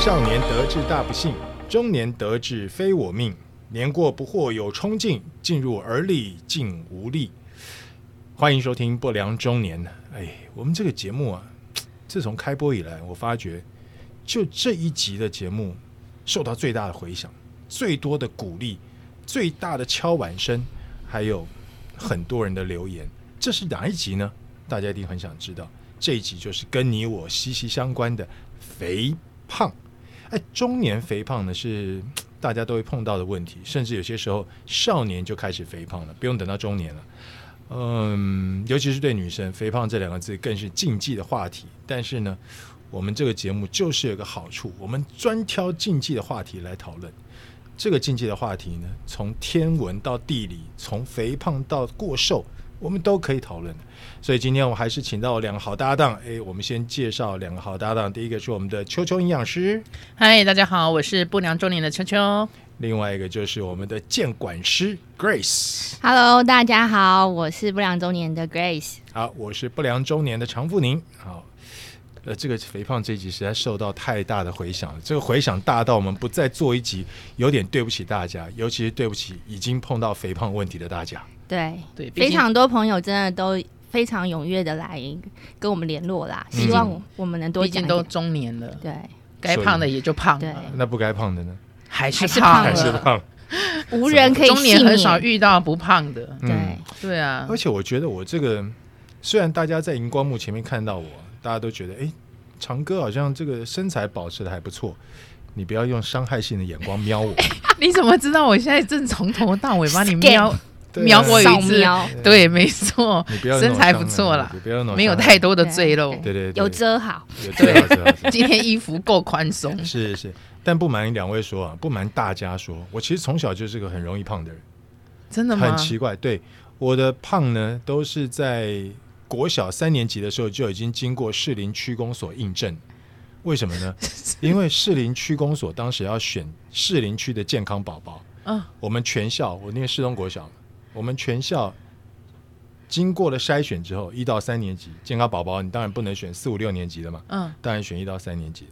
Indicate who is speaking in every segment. Speaker 1: 少年得志大不幸，中年得志非我命。年过不惑有冲劲，进入而立竟无力。欢迎收听《不良中年》。哎，我们这个节目啊，自从开播以来，我发觉就这一集的节目受到最大的回响，最多的鼓励，最大的敲碗声，还有很多人的留言。这是哪一集呢？大家一定很想知道。这一集就是跟你我息息相关的肥胖。哎，中年肥胖呢是大家都会碰到的问题，甚至有些时候少年就开始肥胖了，不用等到中年了。嗯，尤其是对女生，肥胖这两个字更是禁忌的话题。但是呢，我们这个节目就是有个好处，我们专挑禁忌的话题来讨论。这个禁忌的话题呢，从天文到地理，从肥胖到过瘦，我们都可以讨论。所以今天我还是请到两个好搭档。诶，我们先介绍两个好搭档，第一个是我们的秋秋营养师，
Speaker 2: 嗨，大家好，我是不良中年的秋秋。
Speaker 1: 另外一个就是我们的监管师 Grace。
Speaker 3: Hello，大家好，我是不良中年的 Grace。
Speaker 1: 好，我是不良中年的常富宁。好，呃，这个肥胖这一集实在受到太大的回响了，这个回响大到我们不再做一集，有点对不起大家，尤其是对不起已经碰到肥胖问题的大家。
Speaker 3: 对，
Speaker 2: 对，毕
Speaker 3: 非
Speaker 2: 竟
Speaker 3: 常多朋友真的都非常踊跃的来跟我们联络啦，希望我们能
Speaker 2: 嗯
Speaker 3: 多
Speaker 2: 毕
Speaker 3: 讲
Speaker 2: 竟
Speaker 3: 一
Speaker 2: 都
Speaker 3: 点。
Speaker 2: 中年了，
Speaker 3: 对，
Speaker 2: 该胖的也就胖
Speaker 3: 对
Speaker 2: 了，
Speaker 1: 那不该胖的呢，
Speaker 2: 还是
Speaker 3: 还是
Speaker 2: 胖
Speaker 3: 胖
Speaker 1: 还是
Speaker 3: 了
Speaker 1: 胖。
Speaker 3: 无人可以
Speaker 2: 中年
Speaker 3: 幸
Speaker 2: 很少
Speaker 3: 免。
Speaker 2: 遇到不胖的，
Speaker 3: 对，
Speaker 2: 对啊
Speaker 1: 而，且我觉得我这个，虽然大家在荧光幕前面看到我，大家都觉得，哎，长哥好像这个身材保持的还不错。你不要用伤害性的眼光瞄我，
Speaker 2: 你怎么知道我现在正从头到尾帮你
Speaker 3: Scan
Speaker 2: 瞄？
Speaker 1: 对啊
Speaker 2: 瞄过
Speaker 3: 扫
Speaker 2: 一次
Speaker 3: 描
Speaker 2: 对，没错
Speaker 1: 你不要，
Speaker 2: 身材
Speaker 1: 弄
Speaker 2: 不
Speaker 1: 伤
Speaker 2: 错
Speaker 1: 害
Speaker 2: 啦
Speaker 1: 你，不要弄
Speaker 2: 没有
Speaker 1: 伤
Speaker 2: 太
Speaker 1: 害
Speaker 2: 多的赘肉。
Speaker 1: 对对对
Speaker 3: 有遮好，
Speaker 1: 有这样这样这样
Speaker 2: 今天衣服够宽松，
Speaker 1: 是是，但不瞒两位说啊，不瞒大家说，我其实从小就是个很容易胖的人，
Speaker 2: 真的吗
Speaker 1: 很？奇怪。对我的胖呢，都是在国小三年级的时候就已经经过士林区公所印证。为什么呢？因为士林区公所当时要选士林区的健康宝宝，
Speaker 2: 嗯，
Speaker 1: 我们全校，我念市东国小，我们全校经过了筛选之后，一到三年级健康宝宝，你当然不能选四五六年级的嘛，
Speaker 2: 嗯，
Speaker 1: 当然选一到三年级。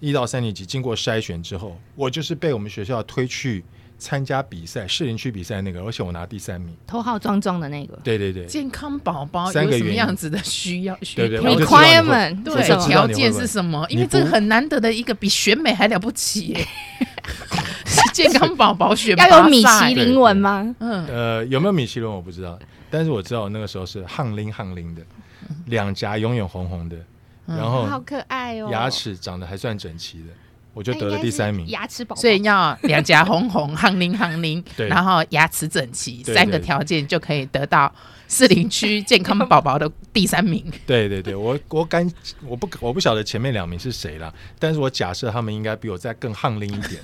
Speaker 1: 一到三年级经过筛选之后，我就是被我们学校推去参加比赛，士林区比赛那个，而且我拿第三名。
Speaker 3: 头号壮壮的那个。
Speaker 1: 对对对，
Speaker 2: 健康宝宝
Speaker 1: 三
Speaker 2: 有
Speaker 1: 个
Speaker 2: 什么
Speaker 1: 原因
Speaker 2: 样子的需要？需
Speaker 1: 对对我
Speaker 2: 要
Speaker 1: 就知道你会
Speaker 3: Requirement
Speaker 1: 我
Speaker 2: 对
Speaker 1: 就知道
Speaker 2: 条
Speaker 1: 你会
Speaker 2: 件
Speaker 1: 问
Speaker 2: 是什么？
Speaker 1: 你
Speaker 2: 因为这
Speaker 1: 不
Speaker 2: 很难得的一个比选美还了不起 耶，是健康宝宝选拔赛
Speaker 3: 要有米其林文吗？
Speaker 2: 嗯，
Speaker 1: 呃，有没有米其林我不知道，但是我知道我那个时候是汗淋汗淋的，两颊永远红红的，
Speaker 2: 嗯
Speaker 1: 然后
Speaker 3: 好可爱哦，哎
Speaker 1: 牙齿长得还算整齐的，我就
Speaker 3: 那应
Speaker 1: 得
Speaker 3: 该
Speaker 1: 了
Speaker 3: 是
Speaker 1: 第三名。
Speaker 3: 牙齿宝宝。
Speaker 2: 所以要两颊红红、汗淋汗淋，
Speaker 1: 对
Speaker 2: 然后牙齿整齐，
Speaker 1: 对
Speaker 2: 三个
Speaker 1: 对
Speaker 2: 条件就可以得到士林区健康宝宝的第三 名。
Speaker 1: 对对对，我我敢，我不我不晓得前面两名是谁啦，但是我假设他们应该比我再更汗淋一点。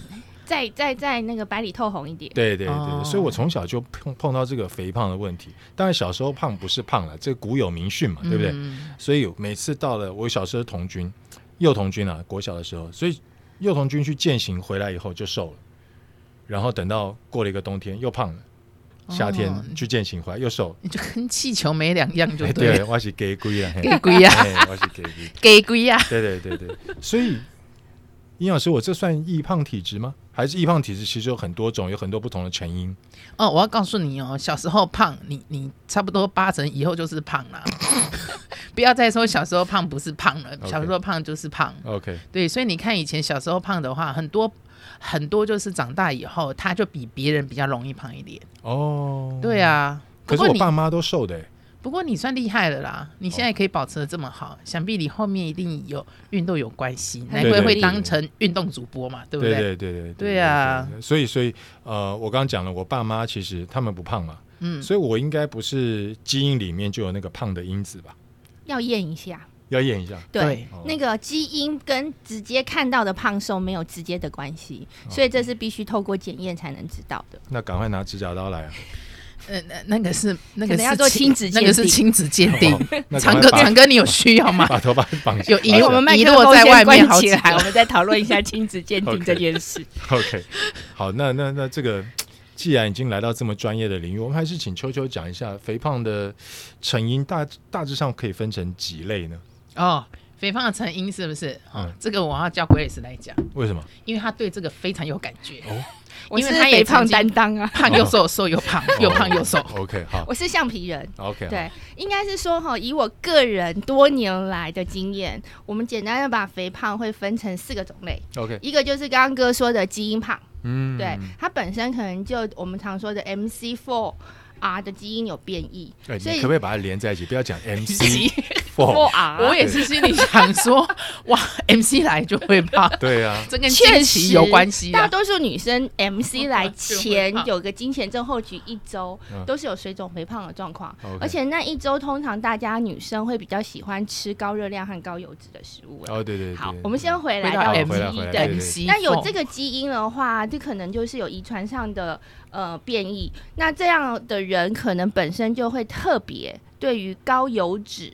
Speaker 3: 再再再那个白里透红一点，
Speaker 1: 对对对，
Speaker 2: 哦
Speaker 1: 所以我从小就碰碰到这个肥胖的问题。当然小时候胖不是胖了，这古有名训嘛，对不对？
Speaker 2: 嗯
Speaker 1: 所以每次到了我小时候童军，幼童军啊，国小的时候，所以幼童军去践行回来以后就瘦了，然后等到过了一个冬天又胖了，夏天
Speaker 2: 哦
Speaker 1: 去践行回来又瘦了。
Speaker 2: 你就跟气球没两样，就
Speaker 1: 哎
Speaker 2: 对
Speaker 1: 对，
Speaker 2: 了。
Speaker 1: 我是给龟 啊，
Speaker 2: 给鬼呀，
Speaker 1: 哎，我是给龟。
Speaker 2: 给鬼啊呀！
Speaker 1: 对对对对，所以营养师，我这算易胖体质吗？还是易胖体质其实有很多种，有很多不同的成因。
Speaker 2: 哦，我要告诉你哦，小时候胖，你你差不多八成以后就是胖 啦。不要再说小时候胖不是胖了，
Speaker 1: OK
Speaker 2: 小时候胖就是胖。
Speaker 1: OK，
Speaker 2: 对，所以你看以前小时候胖的话，很多很多就是长大以后，他就比别人比较容易胖一点。
Speaker 1: 哦，
Speaker 2: 对啊，
Speaker 1: 可
Speaker 2: 不
Speaker 1: 是
Speaker 2: 过
Speaker 1: 我
Speaker 2: 你
Speaker 1: 爸妈都瘦的欸，
Speaker 2: 不过你算厉害了啦，你现在可以保持的这么好，想必你后面一定有运动有关系，难
Speaker 1: 对
Speaker 2: 怪
Speaker 1: 对
Speaker 2: 会
Speaker 1: 对
Speaker 2: 当成运动主播嘛，对不
Speaker 1: 对
Speaker 2: 对？
Speaker 1: 对对对
Speaker 2: 对啊！
Speaker 1: 对所以所以呃，我刚刚讲了，我爸妈其实他们不胖嘛，
Speaker 2: 嗯，
Speaker 1: 所以我应该不是基因里面就有那个胖的因子吧？
Speaker 3: 要验一下。
Speaker 1: 要验一下。
Speaker 3: 对，
Speaker 1: 哦
Speaker 3: 那个基因跟直接看到的胖瘦没有直接的关系，
Speaker 2: 哦
Speaker 3: 所以这是必须透过检验才能知道的。
Speaker 1: 那赶快拿指甲刀来 啊！
Speaker 2: 呃，那那个是那个是
Speaker 3: 可能要做
Speaker 2: 亲
Speaker 3: 亲子
Speaker 2: 那个
Speaker 3: 鉴
Speaker 2: 是
Speaker 3: 定
Speaker 2: 亲子鉴定
Speaker 1: 好。那赶
Speaker 2: 长
Speaker 1: 快
Speaker 2: 哥，
Speaker 1: 把
Speaker 2: 长哥，你有需 要吗？
Speaker 1: 把头发绑起
Speaker 2: 有疑
Speaker 1: 绑
Speaker 2: 问
Speaker 1: 起来
Speaker 2: 吗遗落在外面好几
Speaker 3: 起来，
Speaker 2: 个
Speaker 3: 我们再讨论一下亲子鉴定
Speaker 1: OK
Speaker 3: 这件事。
Speaker 1: OK，好，那那那这个，既然已经来到这么专业的领域，我们还是请秋秋讲一下肥胖的成因大大致上可以分成几类呢？
Speaker 2: 哦，肥胖的成因是不是？哦
Speaker 1: 嗯，
Speaker 2: 这个我要叫 Grace 来讲，
Speaker 1: 为什么？
Speaker 2: 因为他对这个非常有感觉，
Speaker 1: 哦，
Speaker 3: 我
Speaker 2: 因
Speaker 3: 是
Speaker 2: 为他也
Speaker 3: 肥胖
Speaker 2: 曾经
Speaker 3: 担当啊，
Speaker 2: 胖又瘦，瘦又胖，
Speaker 1: 哦
Speaker 2: 又胖又瘦。
Speaker 1: OK，好
Speaker 3: 我是橡皮人。
Speaker 1: ，OK，好，
Speaker 3: 对，应该是说哈，以我个人多年来的经验，我们简单的把肥胖会分成四个种类，
Speaker 1: ，OK，
Speaker 3: 一个就是刚刚哥说的基因胖，
Speaker 1: 嗯，
Speaker 3: 对，它本身可能就我们常说的 MC4 R 的基因有变异，
Speaker 1: 哎，
Speaker 3: 所
Speaker 1: 你
Speaker 3: 以
Speaker 1: 可不可以把它连在一起，不要 讲 MC
Speaker 2: 急
Speaker 1: four？
Speaker 3: R
Speaker 2: 我也是心里想 说，哇，MC 来就会胖，
Speaker 1: 对啊，
Speaker 2: 这跟
Speaker 3: 确
Speaker 2: 惊
Speaker 3: 实
Speaker 2: 奇有关系
Speaker 3: 大
Speaker 2: 啊。
Speaker 3: 多数女生 MC 来前
Speaker 2: 就会胖
Speaker 3: 有个经前症候群一周
Speaker 1: 嗯，
Speaker 3: 都是有水肿肥胖的状况
Speaker 1: OK，
Speaker 3: 而且那一周通常大家女生会比较喜欢吃高热量和高油脂的食物。
Speaker 1: 哦，对对对，
Speaker 3: 好，我们先回来
Speaker 2: 回
Speaker 3: 到
Speaker 2: 到
Speaker 1: 回来
Speaker 2: MC
Speaker 1: 回来回来对
Speaker 2: 的
Speaker 1: 对
Speaker 2: MC，
Speaker 3: 那有这
Speaker 2: 个
Speaker 3: 个基因的话，这可能就是有遗传上的呃变异。那这样的人可能本身就会特别对于高油脂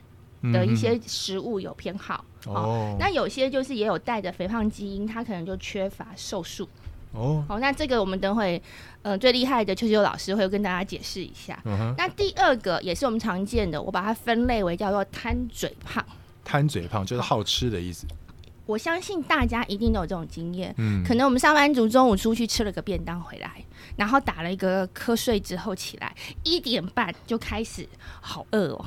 Speaker 3: 的一些食物有偏好。
Speaker 1: 嗯哦，
Speaker 3: 那有些就是也有带着肥胖基因，他可能就缺乏瘦素。
Speaker 1: 哦，
Speaker 3: 好，那这个我们等会，呃，最厉害的秋秋老师会跟大家解释一下。
Speaker 1: 嗯哼，
Speaker 3: 那第二个也是我们常见的，我把它分类为叫做贪嘴胖。
Speaker 1: 贪嘴胖就是好吃的意思，
Speaker 3: 我相信大家一定都有这种经验，
Speaker 1: 嗯，
Speaker 3: 可能我们上班族中午出去吃了个便当回来，然后打了一个瞌睡之后起来，一点半就开始好饿哦，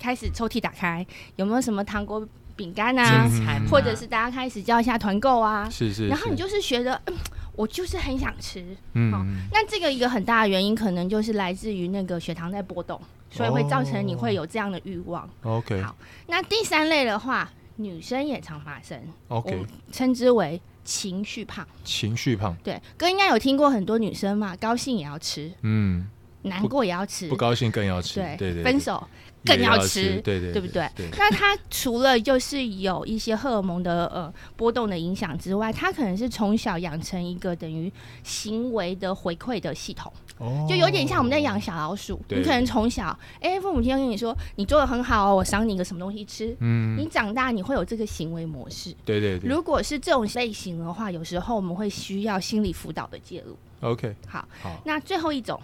Speaker 3: 开始抽屉打开，有没有什么糖果、饼干啊，
Speaker 1: 嗯
Speaker 3: 或者是大家开始叫一下团购啊，
Speaker 1: 是是，
Speaker 3: 然后你
Speaker 1: 是
Speaker 3: 就是觉得，嗯，我就是很想吃。好
Speaker 1: 嗯，
Speaker 3: 那这个一个很大的原因，可能就是来自于那个血糖在波动，所以会造成你会有这样的欲望。
Speaker 1: OK
Speaker 3: 好那第三类的话，女生也常发生，
Speaker 1: OK，
Speaker 3: 我称之为情绪胖。
Speaker 1: 情绪胖，
Speaker 3: 对，哥应该有听过很多女生嘛，高兴也要吃，
Speaker 1: 嗯，
Speaker 3: 难过也要吃，
Speaker 1: 不高兴更要吃，
Speaker 3: 对
Speaker 1: 对对，
Speaker 3: 分手
Speaker 1: 也
Speaker 3: 更
Speaker 1: 要
Speaker 3: 吃，
Speaker 1: 对对
Speaker 3: 对不对？
Speaker 1: 对，
Speaker 3: 那它除了就是有一些荷尔蒙的呃波动的影响之外，它可能是从小养成一个等于行为的回馈的系统，
Speaker 1: 哦
Speaker 3: 就有点像我们在养小老鼠，
Speaker 1: 对
Speaker 3: 你可能从小，哎，父母亲跟你说你做的很好哦，我赏你一个什么东西吃，
Speaker 1: 嗯，
Speaker 3: 你长大你会有这个行为模式。
Speaker 1: 对对对
Speaker 3: 如果是这种类型的话，有时候我们会需要心理辅导的介入。
Speaker 1: ，OK，
Speaker 3: 好，
Speaker 1: 好，
Speaker 3: 那最后一种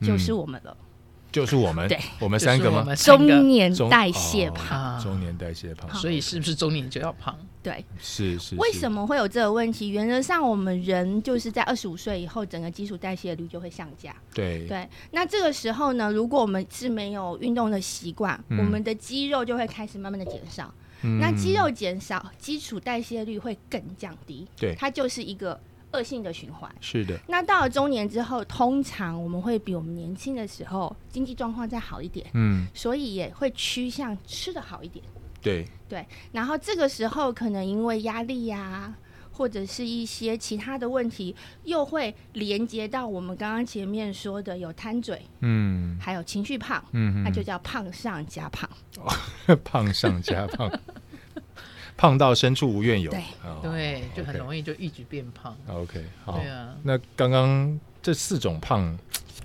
Speaker 1: 嗯
Speaker 3: 就是我们了，
Speaker 1: 就是我们
Speaker 3: 对，
Speaker 1: 我们三个吗？
Speaker 3: 中年
Speaker 1: 中
Speaker 3: 代谢胖。
Speaker 1: 哦
Speaker 2: 胖
Speaker 1: 中年代谢胖，
Speaker 2: 所以是不是中年就要胖？
Speaker 3: 对，
Speaker 1: 是是，
Speaker 3: 为
Speaker 1: 么？
Speaker 3: 什么会有这个问题？原则上，我们人就是在二十五岁以后，整个基础代谢率就会上架。
Speaker 1: 对，
Speaker 3: 对，那这个时候呢，如果我们是没有运动的习惯，
Speaker 1: 嗯
Speaker 3: 我们的肌肉就会开始慢慢的减少。
Speaker 1: 嗯
Speaker 3: 那肌肉减少，基础代谢率会更降低。
Speaker 1: 对
Speaker 3: 它就是一个恶性的循环。
Speaker 1: 是的，
Speaker 3: 那到了中年之后，通常我们会比我们年轻的时候经济状况再好一点，
Speaker 1: 嗯，
Speaker 3: 所以也会趋向吃的好一点。
Speaker 1: 对，
Speaker 3: 然后这个时候可能因为压力呀、或者是一些其他的问题，又会连接到我们刚刚前面说的有贪嘴，
Speaker 1: 嗯
Speaker 3: 还有情绪胖，
Speaker 1: 嗯，
Speaker 3: 那就叫胖上加胖。
Speaker 1: 嗯 胖上 加胖，胖到深处无怨尤，
Speaker 3: 对
Speaker 1: 哦
Speaker 2: 对，就很
Speaker 1: OK
Speaker 2: 容易就一直变胖。
Speaker 1: OK，好
Speaker 2: 对，啊，
Speaker 1: 那刚刚这四种胖，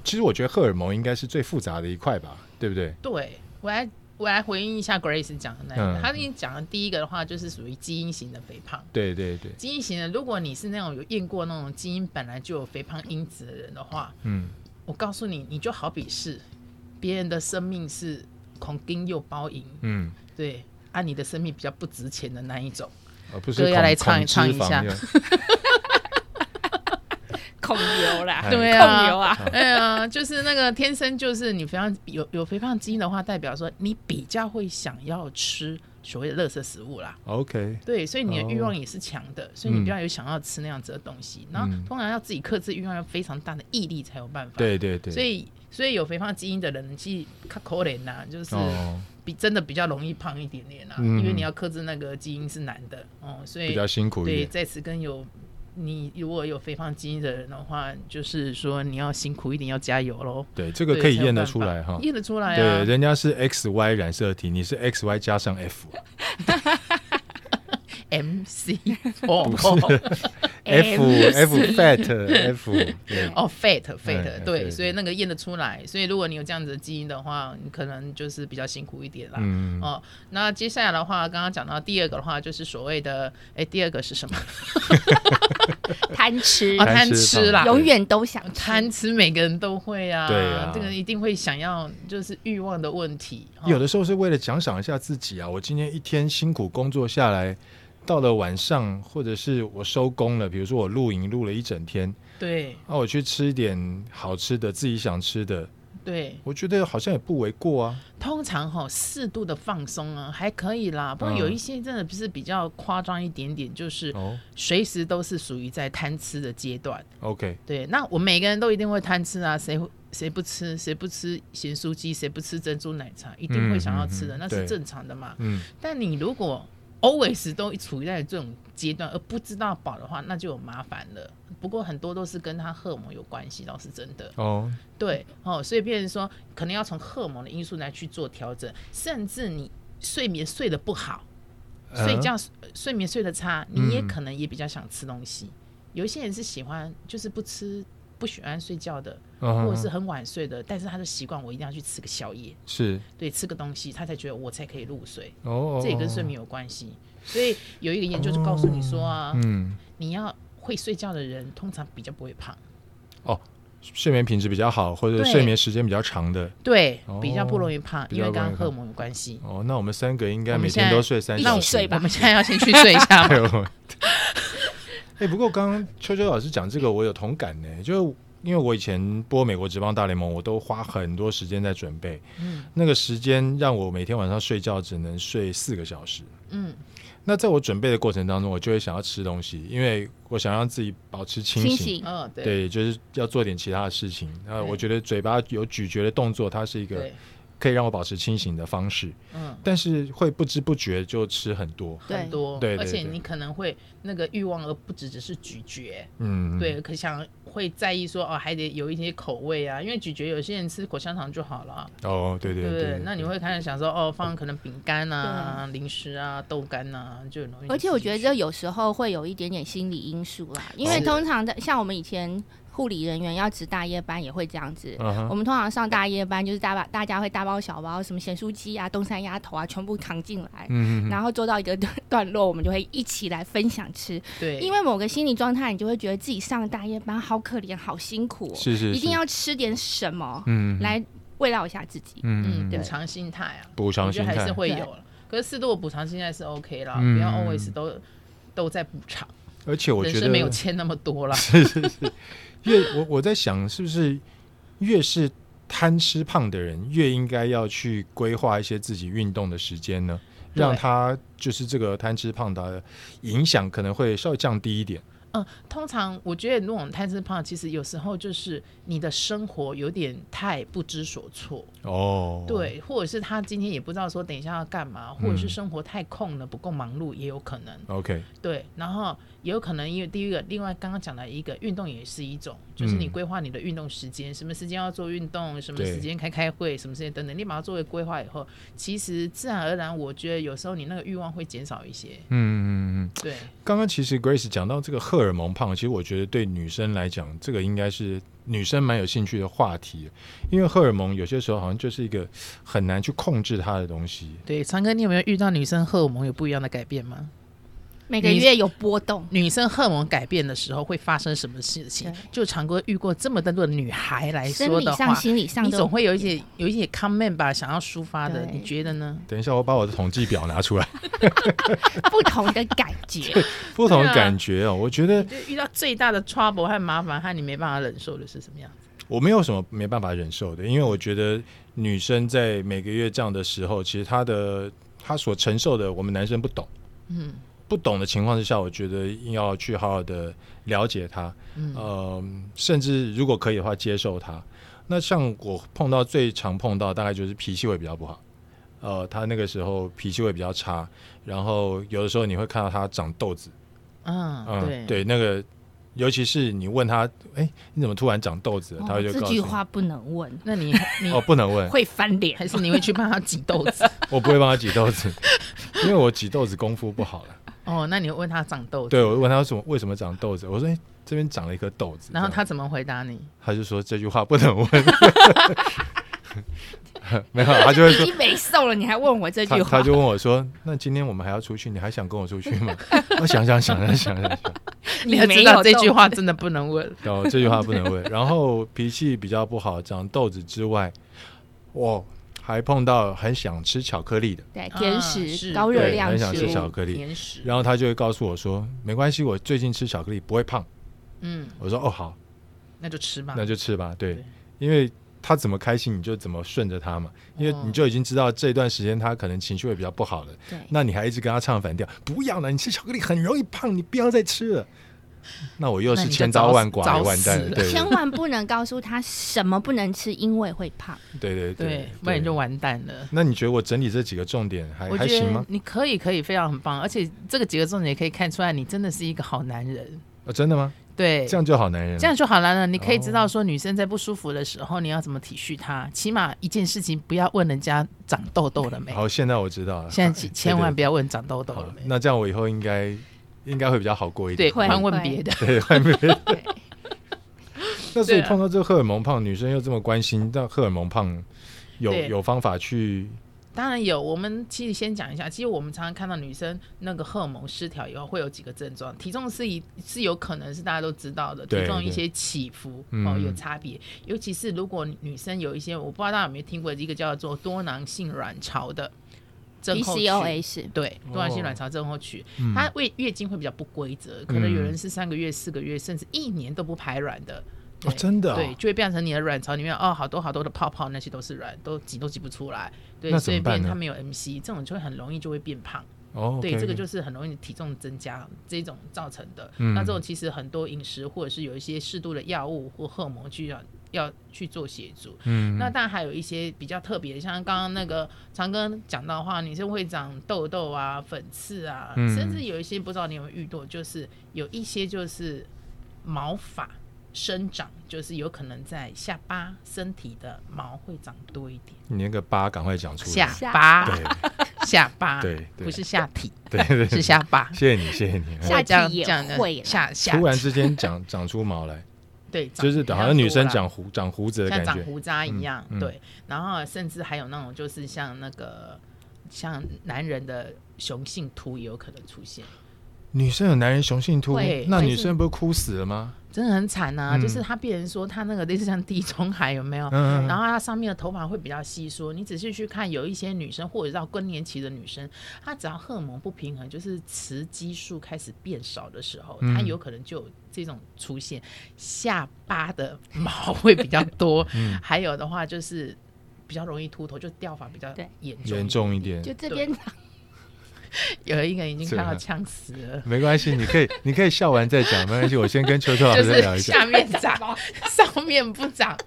Speaker 1: 其实我觉得荷尔蒙应该是最复杂的一块吧，对不对？
Speaker 2: 对我来我来回应一下 Grace 讲的那一
Speaker 1: 嗯
Speaker 2: 个，他已经讲的第一个的话就是属于基因型的肥胖。
Speaker 1: 对对对，
Speaker 2: 基因型的，如果你是那种有验过那种基因本来就有肥胖因子的人的话，
Speaker 1: 嗯，
Speaker 2: 我告诉你，你就好比是别人的生命是孔丁又包银，
Speaker 1: 嗯，
Speaker 2: 对，啊，你的生命比较不值钱的那一种，
Speaker 1: 而哦不是
Speaker 2: 哥要
Speaker 1: 恐
Speaker 2: 来唱
Speaker 1: 恐
Speaker 2: 唱
Speaker 1: 脂
Speaker 2: 一
Speaker 1: 肪
Speaker 2: 下
Speaker 1: 又
Speaker 3: 控油啦
Speaker 1: 哎
Speaker 2: 对
Speaker 3: 控
Speaker 2: 啊
Speaker 3: 油，啊，
Speaker 2: 哎呀，就是那个天生就是你肥胖有有肥胖基因的话，代表说你比较会想要吃所谓的垃圾食物啦。
Speaker 1: OK，
Speaker 2: 对，所以你的欲
Speaker 1: 哦
Speaker 2: 望也是强的，所以你
Speaker 1: 嗯
Speaker 2: 比较有想要吃那样子的东西。然后
Speaker 1: 嗯
Speaker 2: 通常要自己克制欲望，要非常大的毅力才有办法。
Speaker 1: 对对对，
Speaker 2: 所以所以有肥胖基因的人，其实他可怜呐，就是
Speaker 1: 哦，
Speaker 2: 比、真的比较容易胖一点点啦、
Speaker 1: 嗯
Speaker 2: 因为你要克制那个基因是难的哦，所
Speaker 1: 比
Speaker 2: 以
Speaker 1: 较辛苦一
Speaker 2: 对，
Speaker 1: 点，
Speaker 2: 在此跟有你如果有肥胖基因的人的话，就是说你要辛苦一点，要加油喽。
Speaker 1: 对，这个
Speaker 2: 对
Speaker 1: 可以
Speaker 2: 才有
Speaker 1: 验得
Speaker 2: 办
Speaker 1: 出
Speaker 2: 法
Speaker 1: 来哈。
Speaker 2: 验得出来
Speaker 1: 对，
Speaker 2: 啊。
Speaker 1: 人家是 X Y 染色体，你是 X Y 加上 F，
Speaker 2: MC 哦
Speaker 1: 不是 F F
Speaker 3: MC
Speaker 1: fat F 对
Speaker 2: 哦 fat fat
Speaker 1: 嗯
Speaker 2: 对，
Speaker 1: 对
Speaker 2: 所以那个验得出来，所以如果你有这样子的基因的话，你可能就是比较辛苦一点啦。
Speaker 1: 嗯
Speaker 2: 哦，那接下来的话，刚刚讲到第二个的话，就是所谓的，哎，第二个是什么？
Speaker 3: 贪 吃
Speaker 2: 啊，，
Speaker 1: 贪
Speaker 2: 贪
Speaker 1: 吃
Speaker 2: 吃啦
Speaker 1: 胖，
Speaker 3: 永远都想吃
Speaker 2: 贪吃每个人都会啊，
Speaker 1: 对啊
Speaker 2: 这个一定会想要，就是欲望的问题。哦
Speaker 1: 有的时候是为了奖赏一下自己啊。我今天一天辛苦工作下来，到了晚上，或者是我收工了，比如说我露营露了一整天，
Speaker 2: 对
Speaker 1: 那、我去吃一点好吃的，自己想吃的，
Speaker 2: 对，
Speaker 1: 我觉得好像也不为过啊。
Speaker 2: 通常哈、适度的放松啊，还可以啦。不过
Speaker 1: 嗯
Speaker 2: 有一些真的不是比较夸张一点点，就是
Speaker 1: 哦
Speaker 2: 随时都是属于在贪吃的阶段。
Speaker 1: ，OK，
Speaker 2: 对，那我每个人都一定会贪吃啊，谁会谁不吃，谁不吃咸酥鸡，谁不吃珍珠奶茶，一定会想要吃的，
Speaker 1: 嗯嗯
Speaker 2: 那
Speaker 1: 对
Speaker 2: 是正常的嘛。
Speaker 1: 嗯，
Speaker 2: 但你如果 always 都处于在这种阶段，而不知道饱的话，那就有麻烦了。不过很多都是跟他荷尔蒙有关系，倒是真的。
Speaker 1: 哦，
Speaker 2: 对哦，所以变成说，可能要从荷尔蒙的因素来去做调整，甚至你睡眠睡得不好，
Speaker 1: 呃
Speaker 2: 睡觉、呃睡眠睡得差，你也
Speaker 1: 嗯
Speaker 2: 可能也比较想吃东西。有一些人是喜欢就是不吃。不喜欢睡觉的，
Speaker 1: 嗯
Speaker 2: 或者是很晚睡的，但是他的习惯，我一定要去吃个宵夜，
Speaker 1: 是
Speaker 2: 对，吃个东西，他才觉得我才可以入睡，
Speaker 1: 哦哦，
Speaker 2: 这也跟睡眠有关系。所以有一个研究就告诉你说啊
Speaker 1: 哦，，嗯，
Speaker 2: 你要会睡觉的人，通常比较不会胖。
Speaker 1: 哦睡眠品质比较好，或者
Speaker 2: 对
Speaker 1: 睡眠时间比较长的，
Speaker 2: 对
Speaker 1: 哦，
Speaker 2: 比较不容易胖，
Speaker 1: 比
Speaker 2: 因
Speaker 1: 较
Speaker 2: 为
Speaker 1: 不容易
Speaker 2: 跟荷尔
Speaker 1: 胖
Speaker 2: 蒙有关系。
Speaker 1: 哦，那我们三个应该
Speaker 2: 我们
Speaker 1: 每天
Speaker 2: 现在
Speaker 1: 都睡三
Speaker 3: 一起
Speaker 1: 小时，
Speaker 3: 睡吧
Speaker 2: 我们现在要先去睡一下吧。
Speaker 1: 对，我 哎、不过刚刚秋秋老师讲这个，我有同感呢，就。因为我以前播美国职棒大联盟，我都花很多时间在准备。
Speaker 2: 嗯
Speaker 1: 那个时间让我每天晚上睡觉只能睡四个小时。
Speaker 2: 嗯，
Speaker 1: 那在我准备的过程当中，我就会想要吃东西，因为我想让自己保持清
Speaker 3: 清
Speaker 1: 醒。
Speaker 3: 醒。
Speaker 2: 哦，对
Speaker 1: 对，就是要做点其他的事情。那
Speaker 2: 对
Speaker 1: 我觉得嘴巴有咀嚼的动作，它是一个
Speaker 2: 对，
Speaker 1: 可以让我保持清醒的方式，
Speaker 2: 嗯，
Speaker 1: 但是会不知不觉就吃很多。
Speaker 3: 对
Speaker 2: 很多，
Speaker 1: 对对
Speaker 2: 而且
Speaker 1: 对
Speaker 2: 你可能会那个欲望，而不只只是咀嚼，
Speaker 1: 嗯，
Speaker 2: 对，可想会在意说哦，还得有一些口味啊，因为咀嚼有些人吃口香糖就好了啊，
Speaker 1: 哦，对对
Speaker 2: 对不
Speaker 1: 对
Speaker 2: 对？那你会开始想说哦，放可能饼干啊、零食啊、豆干啊，就很容易吃进去。
Speaker 3: 而且我觉得这有时候会有一点点心理因素啦，因
Speaker 1: 哦
Speaker 3: 为
Speaker 2: 是
Speaker 3: 通常的像我们以前护理人员要值大夜班也会这样子。
Speaker 1: 嗯
Speaker 3: 我
Speaker 1: 哼，
Speaker 3: 们通常上大夜班，就是大把大家会大包小包，什么咸酥鸡啊、东山鸭头啊，全部扛进来，
Speaker 1: 嗯
Speaker 3: 然后做到一个 段落，我们就会一起来分享吃。
Speaker 2: 对，
Speaker 3: 因为某个心理状态，你就会觉得自己上大夜班好可怜、好辛苦、哦，
Speaker 1: 是是，
Speaker 3: 一定
Speaker 1: 是
Speaker 3: 要吃点什么、
Speaker 1: 嗯
Speaker 3: 来慰劳一下自己。
Speaker 1: 嗯
Speaker 2: 嗯，
Speaker 1: 嗯
Speaker 2: 补
Speaker 3: 对
Speaker 2: 偿心态啊，
Speaker 1: 补偿
Speaker 2: 我觉
Speaker 1: 心
Speaker 2: 得还
Speaker 1: 态
Speaker 2: 是会
Speaker 3: 对
Speaker 2: 有了。可是适度的补偿心态是 OK 啦，
Speaker 1: 嗯
Speaker 2: 不要 always 都都在补偿，
Speaker 1: 而且我
Speaker 2: 人
Speaker 1: 觉
Speaker 2: 生没有
Speaker 1: 得
Speaker 2: 欠那么多啦。
Speaker 1: 越我我在想，是不是越是贪吃胖的人，越应该要去规划一些自己运动的时间呢？
Speaker 2: 对
Speaker 1: 让他就是这个贪吃胖的影响可能会稍微降低一点。
Speaker 2: 嗯，通常我觉得那种贪吃胖，其实有时候就是你的生活有点太不知所措，
Speaker 1: 哦，
Speaker 2: 对，或者是他今天也不知道说等一下要干嘛，或者是生活太空了，不够忙碌也有可能，
Speaker 1: ，OK，
Speaker 2: 对，然后也有可能因为第一个，另外刚刚讲的一个运动也是一种，就是你
Speaker 1: 嗯
Speaker 2: 规划你的运动时间，什么时间要做运动，什么
Speaker 1: 对
Speaker 2: 时间开开会，什么时间等等，你把它作为规划以后，其实自然而然，我觉得有时候你那个欲望会减少一些，
Speaker 1: 嗯嗯嗯。
Speaker 2: 对，
Speaker 1: 刚刚其实 Grace 讲到这个荷尔蒙胖，其实我觉得对女生来讲，这个应该是女生蛮有兴趣的话题，因为荷尔蒙有些时候好像就是一个很难去控制它的东西。
Speaker 2: 对，长哥，你有没有遇到女生荷尔蒙有不一样的改变吗？
Speaker 3: 每个
Speaker 2: 你
Speaker 3: 月有波动，
Speaker 2: 女生荷尔蒙改变的时候会发生什么事情
Speaker 3: 对？
Speaker 2: 就长哥遇过这么多的女孩来
Speaker 3: 生
Speaker 2: 说
Speaker 3: 理
Speaker 2: 的
Speaker 3: 上、
Speaker 2: 话，
Speaker 3: 心理上
Speaker 2: 你
Speaker 3: 都
Speaker 2: 总会有一些有一些 comment 吧，想要抒发的，
Speaker 3: 对
Speaker 2: 你觉得呢？
Speaker 1: 等一下，我把我的统计表拿出来，
Speaker 3: 不同的感觉。
Speaker 1: 不同的
Speaker 2: 对啊
Speaker 1: 感觉哦。我觉得
Speaker 2: 你就遇到最大的 trouble 和麻烦和你没办法忍受的是什么样？
Speaker 1: 我没有什么没办法忍受的，因为我觉得女生在每个月这样的时候，其实她的她所承受的，我们男生不懂。
Speaker 2: 嗯，
Speaker 1: 不懂的情况之下，我觉得要去好好的了解她，
Speaker 2: 嗯
Speaker 1: 呃，甚至如果可以的话，接受她。那像我碰到最常碰到，大概就是脾气会比较不好。呃，她那个时候脾气会比较差，然后有的时候你会看到她长痘子，
Speaker 2: 嗯，对，
Speaker 1: 对，那个尤其是你问她，哎，你怎么突然长痘子了？她
Speaker 3: 哦
Speaker 1: 会就
Speaker 3: 这
Speaker 1: 告诉
Speaker 3: 句
Speaker 1: 你，
Speaker 3: 话不能问，
Speaker 2: 那你 你
Speaker 1: 哦，不能问，
Speaker 3: 会翻脸。
Speaker 2: 还是你会去帮他挤豆子？
Speaker 1: 我不会帮他挤豆子，因为我挤豆子功夫不好了。
Speaker 2: 哦，那你问他长痘子，
Speaker 1: 对，我问他什么为什么长痘子，我说、哎这边长了一颗痘子，
Speaker 2: 然后
Speaker 1: 这样
Speaker 2: 他怎么回答你？
Speaker 1: 他就说这句话不能问， 没有，他就会
Speaker 3: 已
Speaker 1: 说
Speaker 3: 经没瘦了，你还问 我这
Speaker 1: 他
Speaker 3: 句话？
Speaker 1: 他就问我说，那今天我们还要出去，你还想跟我出去吗？ 我想想想想想想想，
Speaker 3: 你
Speaker 2: 要
Speaker 3: 没
Speaker 2: 知
Speaker 3: 有
Speaker 2: 道这句
Speaker 3: 动
Speaker 2: 话真的不 能问。
Speaker 1: 然后这句话不能问，然后脾气比较不好，长痘子之外，我还碰到很想吃巧克力的，
Speaker 3: 对
Speaker 2: 啊
Speaker 3: 甜
Speaker 2: 是
Speaker 3: 食、高热
Speaker 1: 对，
Speaker 3: 量
Speaker 1: 很
Speaker 3: 食
Speaker 1: 想吃
Speaker 3: 物
Speaker 1: 巧克力，
Speaker 2: 甜食，
Speaker 1: 然后他就会告诉我说，没关系，我最近吃巧克力不会胖。
Speaker 2: 嗯，
Speaker 1: 我说哦好，
Speaker 2: 那就吃吧。
Speaker 1: 那就吃吧，对
Speaker 2: 对，
Speaker 1: 因为他怎么开心你就怎么顺着他嘛，因为
Speaker 2: 哦
Speaker 1: 你就已经知道这段时间他可能情绪会比较不好了，
Speaker 3: 对
Speaker 1: 那你还一直跟他唱反调，不要了，你吃巧克力很容易胖，你不要再吃了。那我又
Speaker 2: 那
Speaker 1: 是
Speaker 2: 你就
Speaker 1: 千刀万剐，
Speaker 2: 找死
Speaker 1: 完蛋了，
Speaker 2: 找死
Speaker 1: 对
Speaker 3: 千万不能告诉他什么不能吃，因为会胖。
Speaker 1: 对对
Speaker 2: 对，不然你就。完蛋了。
Speaker 1: 那你觉得我整理这几个重点还
Speaker 2: 我
Speaker 1: 还
Speaker 2: 觉
Speaker 1: 行
Speaker 2: 得
Speaker 1: 吗？
Speaker 2: 你可以，可以，非常很棒。而且这个几个重点也可以看出来，你真的是一个好男人。
Speaker 1: 啊，真的吗？
Speaker 2: 对，
Speaker 1: 这样就好男人了，
Speaker 2: 这样就好了呢。你可以知道
Speaker 1: 哦
Speaker 2: 说，女生在不舒服的时候，你要怎么体恤她。起码一件事情，不要问人家长痘痘了没。
Speaker 1: 好，现在我知道了。
Speaker 2: 现在千千万不
Speaker 1: 要
Speaker 2: 要问长痘痘了没。
Speaker 1: 那这样我以后应该应该会比较好过一
Speaker 2: 对，
Speaker 1: 点。
Speaker 3: 会
Speaker 2: 换问别的。
Speaker 1: 对， 还没。
Speaker 3: 对，
Speaker 1: 那所以
Speaker 2: 对啊
Speaker 1: 碰到这荷尔蒙胖，女生又这么关心，那荷尔蒙胖有
Speaker 2: 对
Speaker 1: 有方法去
Speaker 2: 当然有，我们其实先讲一下，其实我们常常看到女生那个荷尔蒙失调以后会有几个症状，体重是一是有可能是大家都知道的，
Speaker 1: 对
Speaker 2: 体重一
Speaker 1: 对
Speaker 2: 些起伏
Speaker 1: 嗯
Speaker 2: 哦有差别，尤其是如果女生有一些，我不知道大家有没有听过一个叫做多囊性卵巢的症
Speaker 3: 比
Speaker 2: 候
Speaker 3: C
Speaker 2: 群
Speaker 3: O A 是
Speaker 2: 对，
Speaker 1: 哦
Speaker 2: 多囊性卵巢症候群，
Speaker 1: 嗯
Speaker 2: 它月月经会比较不规则，可能有人是三个月、四个月，甚至一年都不排卵的。
Speaker 1: 哦，
Speaker 2: 对
Speaker 1: 真的、哦、
Speaker 2: 对，就会变成你的卵巢里面哦，好多好多的泡泡，那些都是卵，都挤都挤不出来。对，
Speaker 1: 那怎
Speaker 2: 所以
Speaker 1: 么办
Speaker 2: 变
Speaker 1: 呢
Speaker 2: 它没有 MC，这种就会很容易就会变胖。
Speaker 1: 哦，OK，
Speaker 2: 对，这个就是很容易体重增加这种造成的。
Speaker 1: 嗯
Speaker 2: 那这种其实很多饮食或者是有一些适度的药物或荷尔蒙去要要去做协助。
Speaker 1: 嗯，
Speaker 2: 那当然还有一些比较特别的，像刚刚那个长庚讲到的话，女生会长痘痘啊、粉刺啊，
Speaker 1: 嗯
Speaker 2: 甚至有一些不知道你有没有遇到，就是有一些就是毛发生长，就是有可能在下巴、身体的毛会长多一点，
Speaker 1: 你那个八赶快讲出来，
Speaker 2: 下巴、
Speaker 1: 对
Speaker 2: 下巴，
Speaker 1: 对对
Speaker 2: 不是下 体，
Speaker 1: 对对
Speaker 2: 啊 是
Speaker 1: 对，
Speaker 2: 下巴。
Speaker 1: 谢谢你，谢谢你。哎
Speaker 3: 下
Speaker 2: 我这样
Speaker 3: 体也
Speaker 2: 这样的
Speaker 3: 会啦
Speaker 2: 下下
Speaker 1: 突然之间 长长出毛来，
Speaker 2: 对，长
Speaker 1: 就是
Speaker 2: 比较
Speaker 1: 好像女
Speaker 2: 多
Speaker 1: 生
Speaker 2: 啦
Speaker 1: 长胡长胡子的
Speaker 2: 像
Speaker 1: 感
Speaker 2: 长
Speaker 1: 觉，
Speaker 2: 胡渣一样，
Speaker 1: 嗯嗯
Speaker 2: 对。然后甚至还有那种就是像那个像男人的雄性秃也有可能出现，
Speaker 1: 女生有男人雄性秃
Speaker 2: 会，
Speaker 1: 那
Speaker 2: 会
Speaker 1: 女
Speaker 2: 是
Speaker 1: 生不是哭死了吗？
Speaker 2: 真的很惨啊！
Speaker 1: 嗯
Speaker 2: 就是他变成说他那个类似像地中海有没有？
Speaker 1: 嗯嗯嗯
Speaker 2: 然后他上面的头发会比较稀疏，你仔细去看，有一些女生或者到更年期的女生，她只要荷尔蒙不平衡，就是雌激素开始变少的时候，
Speaker 1: 嗯
Speaker 2: 她有可能就有这种出现下巴的毛会比较多，
Speaker 1: 嗯
Speaker 2: 还有的话就是比较容易秃头，就掉发比较
Speaker 3: 对
Speaker 2: 严重。
Speaker 1: 严重一点
Speaker 3: 就，这边长
Speaker 2: 有一个人已经
Speaker 1: 这
Speaker 2: 快
Speaker 1: 个
Speaker 2: 要呛死了。
Speaker 1: 没关系，你可以 你可以笑完再讲，没关系，我先跟秋秋老
Speaker 2: 就
Speaker 1: 师啊聊
Speaker 2: 是
Speaker 1: 一
Speaker 2: 下
Speaker 1: 下。
Speaker 2: 面长， 上面不长，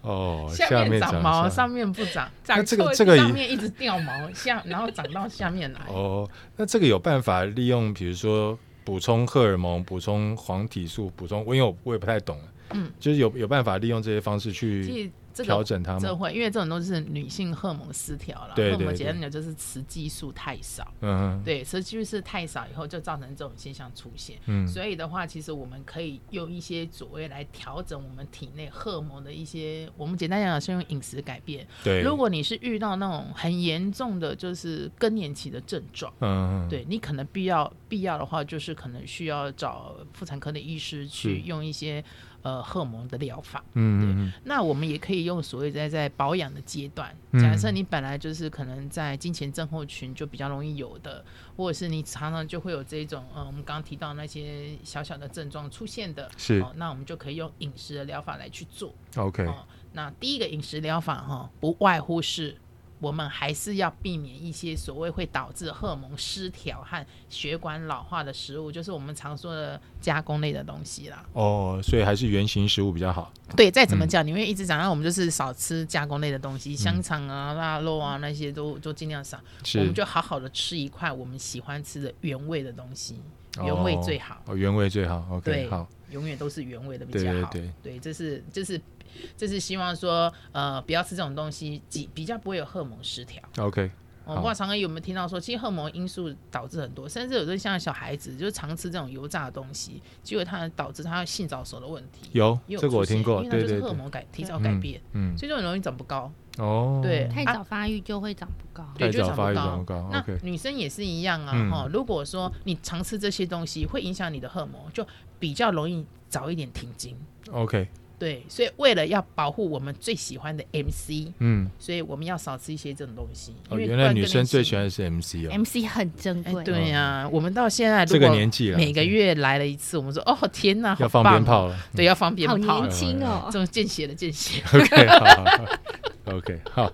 Speaker 1: 哦，
Speaker 2: 下面长毛，
Speaker 1: 下
Speaker 2: 上面不长，
Speaker 1: 那
Speaker 2: 长
Speaker 1: 这个
Speaker 2: 错
Speaker 1: 这个
Speaker 2: 上
Speaker 1: 也
Speaker 2: 面一直掉毛，下然后长到下面来。
Speaker 1: 哦，那这个有办法利用，比如说补充荷尔蒙、补充黄体素、补充，因为我我也不太懂，啊
Speaker 2: 嗯，
Speaker 1: 就是有有办法利用这些方式
Speaker 2: 其
Speaker 1: 去
Speaker 2: 实这
Speaker 1: 调
Speaker 2: 个
Speaker 1: 整它
Speaker 2: 这
Speaker 1: 吗？
Speaker 2: 会，因为这种都是女性荷尔蒙失调了。
Speaker 1: 对
Speaker 2: 荷尔蒙
Speaker 1: 对
Speaker 2: 简
Speaker 1: 对
Speaker 2: 单讲就是雌激素太少，
Speaker 1: 嗯
Speaker 2: 对，雌激素太少以后就造成这种现象出现。
Speaker 1: 嗯
Speaker 2: 所以的话，其实我们可以用一些所谓来调整我们体内荷尔蒙的一些，我们简单讲是用饮食改变。
Speaker 1: 对，
Speaker 2: 如果你是遇到那种很严重的，就是更年期的症状。
Speaker 1: 嗯嗯
Speaker 2: 对你可能必要必要的话，就是可能需要找妇产科的医师去
Speaker 1: 是
Speaker 2: 用一些呃荷尔蒙的疗法。
Speaker 1: 嗯嗯
Speaker 2: 那我们也可以用所谓在在保养的阶段，
Speaker 1: 嗯
Speaker 2: 假设你本来就是可能在金钱症候群就比较容易有的，或者是你常常就会有这种呃我们刚刚提到那些小小的症状出现的，
Speaker 1: 是
Speaker 2: 哦，那我们就可以用饮食的疗法来去做。
Speaker 1: 嗯，OK，
Speaker 2: 哦，那第一个饮食疗法哈、不外乎是我们还是要避免一些所谓会导致荷尔蒙失调和血管老化的食物，就是我们常说的加工类的东西啦。
Speaker 1: 哦，所以还是原型食物比较好。
Speaker 2: 对，再怎么讲，你会一直讲，那我们就是少吃加工类的东西，香肠啊、腊肉啊那些都都尽量少，我
Speaker 1: 是
Speaker 2: 们就好好的吃一块我们喜欢吃的原味的东西，原味最好。
Speaker 1: 哦，原味最好。OK，
Speaker 2: 对
Speaker 1: 好，
Speaker 2: 永远都是原味的比
Speaker 1: 对
Speaker 2: 较
Speaker 1: 对
Speaker 2: 好。
Speaker 1: 对
Speaker 2: 这是这是这是希望说，呃，不要吃这种东西，比比较不会有荷尔蒙失调。
Speaker 1: ，OK，
Speaker 2: 我、
Speaker 1: 好
Speaker 2: 不知道常哥有没有听到说，其实荷尔蒙因素导致很多，甚至有的像小孩子就是常吃这种油炸的东西，结果他导致他性早熟的问题。
Speaker 1: 有
Speaker 2: 也有
Speaker 1: 这个我
Speaker 2: 出现
Speaker 1: 听过，
Speaker 2: 因为
Speaker 1: 对
Speaker 2: 它就
Speaker 1: 对
Speaker 2: 是荷尔
Speaker 1: 对，
Speaker 2: 蒙改提早改变，
Speaker 1: 嗯，
Speaker 2: 所以就很容易长不高。
Speaker 1: 嗯哦，
Speaker 2: 对
Speaker 3: 太
Speaker 2: 啊
Speaker 3: 早发育就会长不高。
Speaker 2: 对
Speaker 1: 太
Speaker 2: 就
Speaker 1: 早
Speaker 2: 长
Speaker 1: 发育
Speaker 2: 不
Speaker 1: 长不高
Speaker 2: 那
Speaker 1: ，OK，
Speaker 2: 女生也是一样啊，
Speaker 1: 嗯
Speaker 2: 哈、如果说你常吃这些东西，会影响你的荷尔蒙，就比较容易早一点停经。
Speaker 1: OK，
Speaker 2: 对，所以为了要保护我们最喜欢的 MC，
Speaker 1: 嗯，
Speaker 2: 所以我们要少吃一些这种东西。因
Speaker 1: 哦，
Speaker 2: 为
Speaker 1: 原
Speaker 2: 不
Speaker 1: 来
Speaker 2: 然
Speaker 1: 女
Speaker 2: 更
Speaker 1: 生
Speaker 2: 年
Speaker 1: 最
Speaker 2: 期
Speaker 1: 喜欢的是 MC 哦，
Speaker 3: MC 很珍
Speaker 2: 哎
Speaker 3: 贵，，
Speaker 2: 对呀、我们到现在
Speaker 1: 这个年纪了，
Speaker 2: 每个月来了一次，我们说哦天哪，
Speaker 1: 要
Speaker 2: 好
Speaker 1: 放
Speaker 2: 棒
Speaker 1: 鞭
Speaker 2: 哦，
Speaker 1: 炮了，
Speaker 2: 对，要放鞭
Speaker 3: 好
Speaker 2: 炮
Speaker 3: 年
Speaker 2: 了，
Speaker 3: 轻哦
Speaker 1: 哎
Speaker 2: 这。种见血的见血，
Speaker 1: ，OK，好好好，OK，好，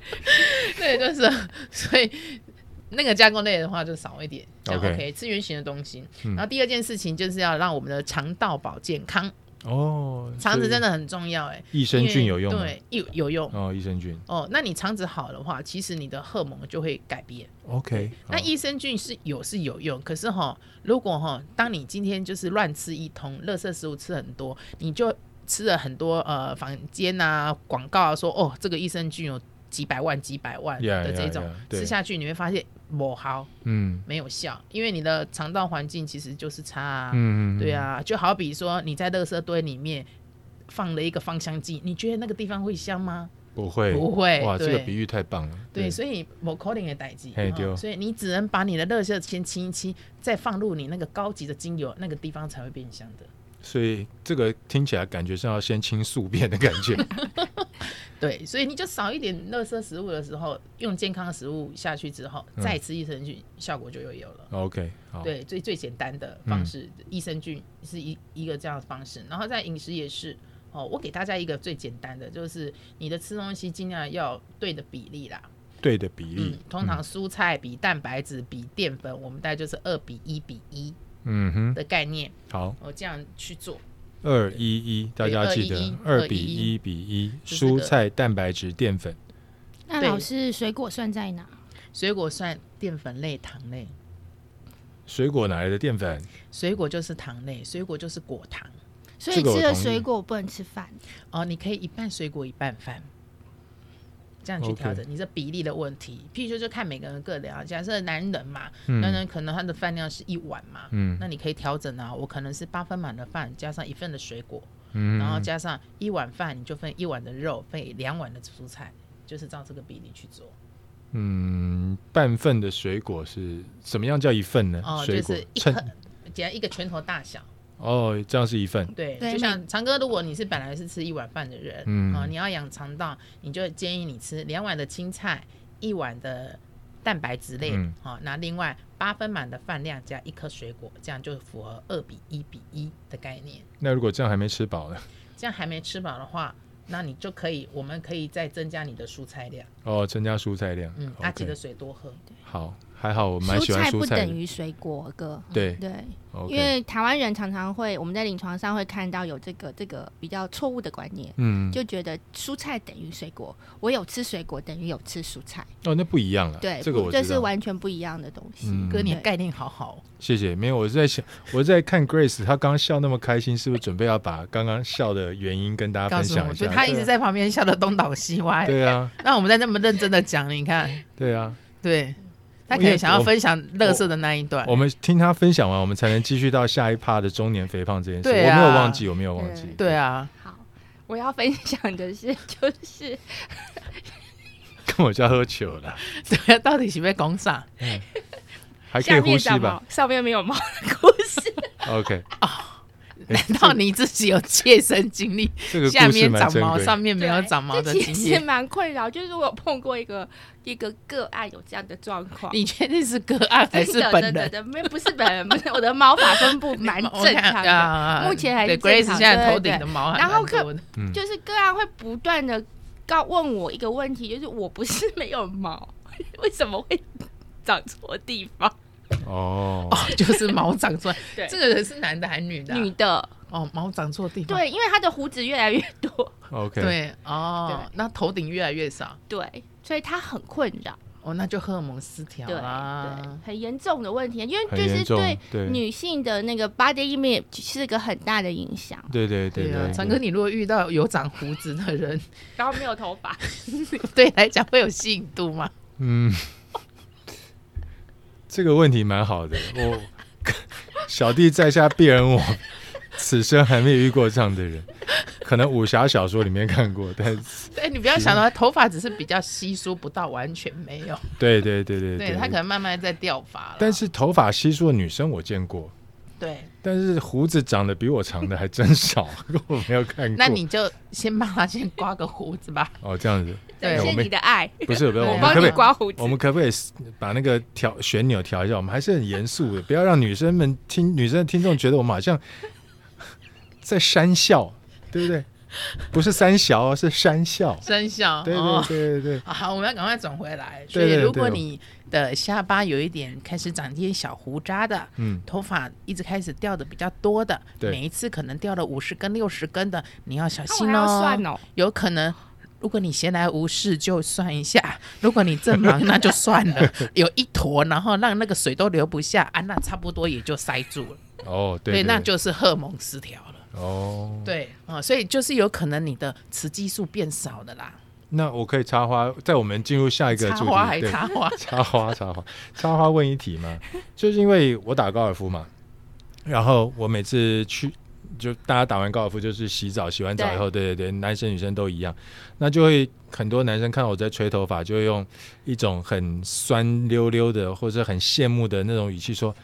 Speaker 2: 对，就是所以那个加工类的话就少一点，这样
Speaker 1: OK
Speaker 2: OK，吃原形的东西。
Speaker 1: 嗯
Speaker 2: 然后第二件事情就是要让我们的肠道保健康，
Speaker 1: 哦，
Speaker 2: 肠子真
Speaker 1: 的
Speaker 2: 的很重要哎，
Speaker 1: 益生
Speaker 2: 因
Speaker 1: 菌
Speaker 2: 为
Speaker 1: 有用啊吗？
Speaker 2: 对，有有用。
Speaker 1: 哦，益生菌
Speaker 2: 哦，那你肠子好的话，其实你的荷尔蒙就会改变。
Speaker 1: ，OK，
Speaker 2: 那
Speaker 1: 好
Speaker 2: 益生菌是有是有用，可是哈，如果哈，当你今天就是乱吃一通，垃圾食物吃很多，你就吃了很多呃房间啊广告啊说哦这个益生菌有几百万几百万
Speaker 1: Yeah,
Speaker 2: 的这
Speaker 1: yeah,
Speaker 2: 种
Speaker 1: yeah，对
Speaker 2: 吃下去你会发现某好
Speaker 1: 嗯
Speaker 2: 没有效，因为你的肠道环境其实就是差、啊，
Speaker 1: 嗯，嗯
Speaker 2: 对，啊，就好比说你在垃圾堆里面放了一个芳香剂，你觉得那个地方会香吗？
Speaker 1: 不会
Speaker 2: 不会
Speaker 1: 哇，这个
Speaker 2: 对
Speaker 1: 比喻太棒了，
Speaker 2: 对，所以某 c a l l i 的代际
Speaker 1: 嘿，对
Speaker 2: 所以你只能把你的热色先清一清，再放入你那个高级的精油，那个地方才会变香的。
Speaker 1: 所以这个听起来感觉是要先清宿便的感 觉，
Speaker 2: 对，所以你就少一点热色食物的时候，用健康的食物下去之后，
Speaker 1: 嗯哦
Speaker 2: 再吃益生菌，效果就又有了。
Speaker 1: OK，好，
Speaker 2: 对，最最简单的方式，益生菌是一一个这样的方式，然后在饮食也是。哦，我给大家一个最简单的，就是你的吃东西尽量要对的比例啦。
Speaker 1: 对的比
Speaker 2: 嗯
Speaker 1: 例，，
Speaker 2: 通常蔬菜比蛋白质比淀粉，我们大概就是二比一比一
Speaker 1: 嗯哼，
Speaker 2: 的概念。
Speaker 1: 好，
Speaker 2: 我这样去做，
Speaker 1: 二一一，大家记得
Speaker 2: 211
Speaker 1: 二比一比一，
Speaker 2: 是这个
Speaker 1: 蔬菜、蛋白质、淀粉，哎
Speaker 3: 那
Speaker 2: 对
Speaker 3: 老师水果算在哪？
Speaker 2: 水果算淀粉类、糖类，
Speaker 1: 水果哪来的淀粉？
Speaker 2: 水果就是糖类，水果就是果糖。
Speaker 3: 所以
Speaker 1: 这个我
Speaker 3: 吃了
Speaker 1: 同意
Speaker 3: 水果不能吃饭。
Speaker 2: 哦，你可以一半水果一半饭，这样去
Speaker 1: OK
Speaker 2: 调整你这比例的问题。譬如说，就看每个人个人啊。假设男人嘛，男
Speaker 1: 嗯
Speaker 2: 人可能他的饭量是一碗嘛，
Speaker 1: 嗯
Speaker 2: 那你可以调整啊。我可能是八分满的饭，加上一份的水果，然后
Speaker 1: 嗯，
Speaker 2: 加上一碗饭，你就分一碗的肉，分两碗的蔬菜，就是照这个比例去做。
Speaker 1: 嗯，半份的水果是什么样叫一份呢？
Speaker 2: 哦，
Speaker 1: 水
Speaker 2: 就
Speaker 1: 果
Speaker 2: 是一颗
Speaker 1: 称，
Speaker 2: 只要一个拳头大小。
Speaker 1: 哦，这样是一份，
Speaker 2: 对，
Speaker 3: 对
Speaker 2: 就像长哥，如果你是本来是吃一碗饭的人，
Speaker 1: 嗯
Speaker 2: 哦，你要养肠道，你就建议你吃两碗的青菜，一碗的蛋白质类，
Speaker 1: 嗯
Speaker 2: 好、那另外八分满的饭量加一颗水果，这样就符合二比一比一的概念。
Speaker 1: 那如果这样还没吃饱呢？
Speaker 2: 这样还没吃饱的话，那你就可以，我们可以再增加你的蔬菜量，
Speaker 1: 哦，增加蔬菜量，
Speaker 2: 嗯，啊，记得
Speaker 1: OK，
Speaker 2: 水多喝，
Speaker 1: 好，还好我蛮
Speaker 3: 蔬
Speaker 1: 喜欢
Speaker 3: 菜
Speaker 1: 蔬
Speaker 3: 不
Speaker 1: 菜
Speaker 3: 等
Speaker 1: 的，
Speaker 3: 于水果哥。
Speaker 1: 对
Speaker 3: 对，
Speaker 2: 嗯
Speaker 3: 因
Speaker 1: ，OK，
Speaker 3: 为台湾人常常会，我们在临床上会看到有这个这个比较错误的观念，
Speaker 1: 嗯，
Speaker 3: 就觉得蔬菜等于水果，我有吃水果等于有吃蔬菜，
Speaker 1: 哦，那不一样了，
Speaker 3: 对，
Speaker 1: 这个
Speaker 3: 不
Speaker 1: 我
Speaker 3: 这
Speaker 1: 知
Speaker 3: 是
Speaker 1: 道。
Speaker 3: 完全不一样的东西。
Speaker 1: 嗯
Speaker 2: 哥，你的
Speaker 3: 对
Speaker 2: 概念好好哦，
Speaker 1: 谢谢，没有，我是在想，我是在看 Grace，她刚刚笑那么开心，是不是准备要把刚刚笑的原因跟大家
Speaker 2: 告
Speaker 1: 分
Speaker 2: 诉
Speaker 1: 享
Speaker 2: 我，
Speaker 1: 一
Speaker 2: 就
Speaker 1: 下？啊
Speaker 2: 他一直在旁边笑得东倒西歪，
Speaker 1: 对啊，
Speaker 2: 那我们在那么认真的讲，你看。
Speaker 1: 对啊，
Speaker 2: 对，他
Speaker 1: 我
Speaker 2: 可能
Speaker 1: 也
Speaker 2: 想要
Speaker 1: 我
Speaker 2: 分享乐色的那一段。
Speaker 1: 我们听她分享完，我们才能继续到下一趴的中年肥胖这件事。
Speaker 2: 对
Speaker 1: 我
Speaker 2: 啊
Speaker 1: 没有忘记，我没有忘记。
Speaker 3: 嗯
Speaker 2: 对，啊，
Speaker 3: 好，我要分享的是，就是
Speaker 1: 跟我家喝酒了，
Speaker 2: 对啊，到底是被拱啥？
Speaker 1: 还可以
Speaker 3: 下
Speaker 1: 呼
Speaker 3: 面
Speaker 1: 吸
Speaker 3: 长
Speaker 1: 吧
Speaker 3: 毛，上面没有毛的故 事。
Speaker 1: ？OK，
Speaker 2: 难道你自己有切身经历？
Speaker 1: 这个
Speaker 2: 下
Speaker 1: 故事
Speaker 2: 面
Speaker 1: 蛮
Speaker 2: 长
Speaker 1: 珍
Speaker 2: 毛，
Speaker 1: 贵。
Speaker 2: 上面没有
Speaker 3: 对
Speaker 2: 长毛的
Speaker 3: 这其
Speaker 2: 经
Speaker 3: 实
Speaker 2: 验，
Speaker 3: 蛮困扰，就是我有碰过一个一个个案有这样的状况。
Speaker 2: 你确定是个案还是
Speaker 3: 真的
Speaker 2: 本
Speaker 3: 真的
Speaker 2: 人？
Speaker 3: 真的没不是本人，不是我的毛发分布 蛮
Speaker 2: 我
Speaker 3: 正
Speaker 2: 看
Speaker 3: 常
Speaker 2: 啊
Speaker 3: 的，
Speaker 2: 啊啊
Speaker 3: 目前还
Speaker 2: 对
Speaker 3: 是正
Speaker 2: Grace
Speaker 3: 常
Speaker 2: 现在
Speaker 3: 对
Speaker 2: 头
Speaker 3: 对
Speaker 2: 顶的毛还
Speaker 3: 然后
Speaker 2: 蛮
Speaker 3: 可
Speaker 2: 多的，
Speaker 1: 嗯
Speaker 3: 就是个案会不断的告问我一个问题，就是我不是没有毛，为什么会长错地方？
Speaker 1: 哦，
Speaker 2: 哦，就是毛长出来。
Speaker 3: 对
Speaker 2: 这个人是男的还是女的啊？
Speaker 3: 女的，
Speaker 1: 嗯
Speaker 2: 哦，毛长错地方。
Speaker 3: 对，因为她的胡子越来越多，
Speaker 1: ，OK，
Speaker 2: 对哦，那头顶越来越少，
Speaker 3: 对，所以她很困扰，
Speaker 2: 哦，那就荷尔蒙失调
Speaker 3: 对对
Speaker 2: 啦，。
Speaker 3: 很严重的问题，因为
Speaker 1: 啊很
Speaker 3: 就是
Speaker 1: 严重
Speaker 3: 对，
Speaker 1: 对
Speaker 3: 女性的那个 body image 是个很大的影响，
Speaker 1: 对对对
Speaker 2: 啊，
Speaker 1: 对，
Speaker 2: 长哥，你如果遇到有长胡子的人，
Speaker 3: 然后没有头发，
Speaker 2: 对你来讲会有吸引度吗？
Speaker 1: 嗯， 这个问题蛮好的，我小弟在下鄙人我，此生还没有遇过这样的人，可能武侠小说里面看过，但是
Speaker 2: 对你不要想到头发只是比较稀疏不到，完全没有。
Speaker 1: 对对对对
Speaker 2: 对，他可能慢慢在掉发了。
Speaker 1: 但是头发稀疏的女生我见过，
Speaker 2: 对，
Speaker 1: 但是胡子长得比我长的还真少， 我没有看过。
Speaker 2: 那你就先帮他先刮个胡子吧。
Speaker 1: 哦这样子，
Speaker 3: 展
Speaker 2: 对
Speaker 1: 我
Speaker 3: 现
Speaker 1: 们
Speaker 3: 你的爱，
Speaker 1: 不是不是，
Speaker 2: 对
Speaker 1: 我们
Speaker 2: 帮
Speaker 1: 可不可
Speaker 3: 帮
Speaker 1: 以
Speaker 3: 你刮胡子
Speaker 1: 我。们可不可以把那个调旋钮调一下？我们还是很严肃的，不要让女生们听女生的听众觉得我们好像在山笑，对不对？不是三小哦，是山笑。
Speaker 2: 生肖
Speaker 1: 对
Speaker 2: 哦
Speaker 1: 对对对对，
Speaker 2: 好，我们要赶快转回来。所
Speaker 1: 对对
Speaker 2: 以，
Speaker 1: 对哦
Speaker 2: 如果你的下巴有一点开始长些小胡渣的，
Speaker 1: 嗯，
Speaker 2: 头发一直开始掉的比较多的，
Speaker 1: 对
Speaker 2: 每一次可能掉了五十根、六十根的，你要小
Speaker 3: 那
Speaker 2: 心
Speaker 3: 我还要
Speaker 2: 哦。
Speaker 3: 算哦，
Speaker 2: 有可能，如果你闲来无事就算一下； 如果你正 忙，那就算了。有一坨，然后让那个水都流不下，啊，那差不多也就塞住了。
Speaker 1: 哦对对，
Speaker 2: 那就是荷尔蒙失调了。
Speaker 1: 哦。
Speaker 2: 对啊、所以就是有可能你的雌激素变少了啦，
Speaker 1: 那我可以插花，在我们进入下一个
Speaker 2: 插
Speaker 1: 主
Speaker 2: 花
Speaker 1: 题，
Speaker 2: 还
Speaker 1: 对，
Speaker 2: 插 花。
Speaker 1: 插花，插花，插花问一题嘛，就是因为我打高尔夫嘛，然后我每次去就大家打完高尔夫就是洗澡，洗完澡以后，对对对，男生女生都一样，那就会很多男生看到我在吹头发，就会用一种很酸溜溜的或者很羡慕的那种语气说：“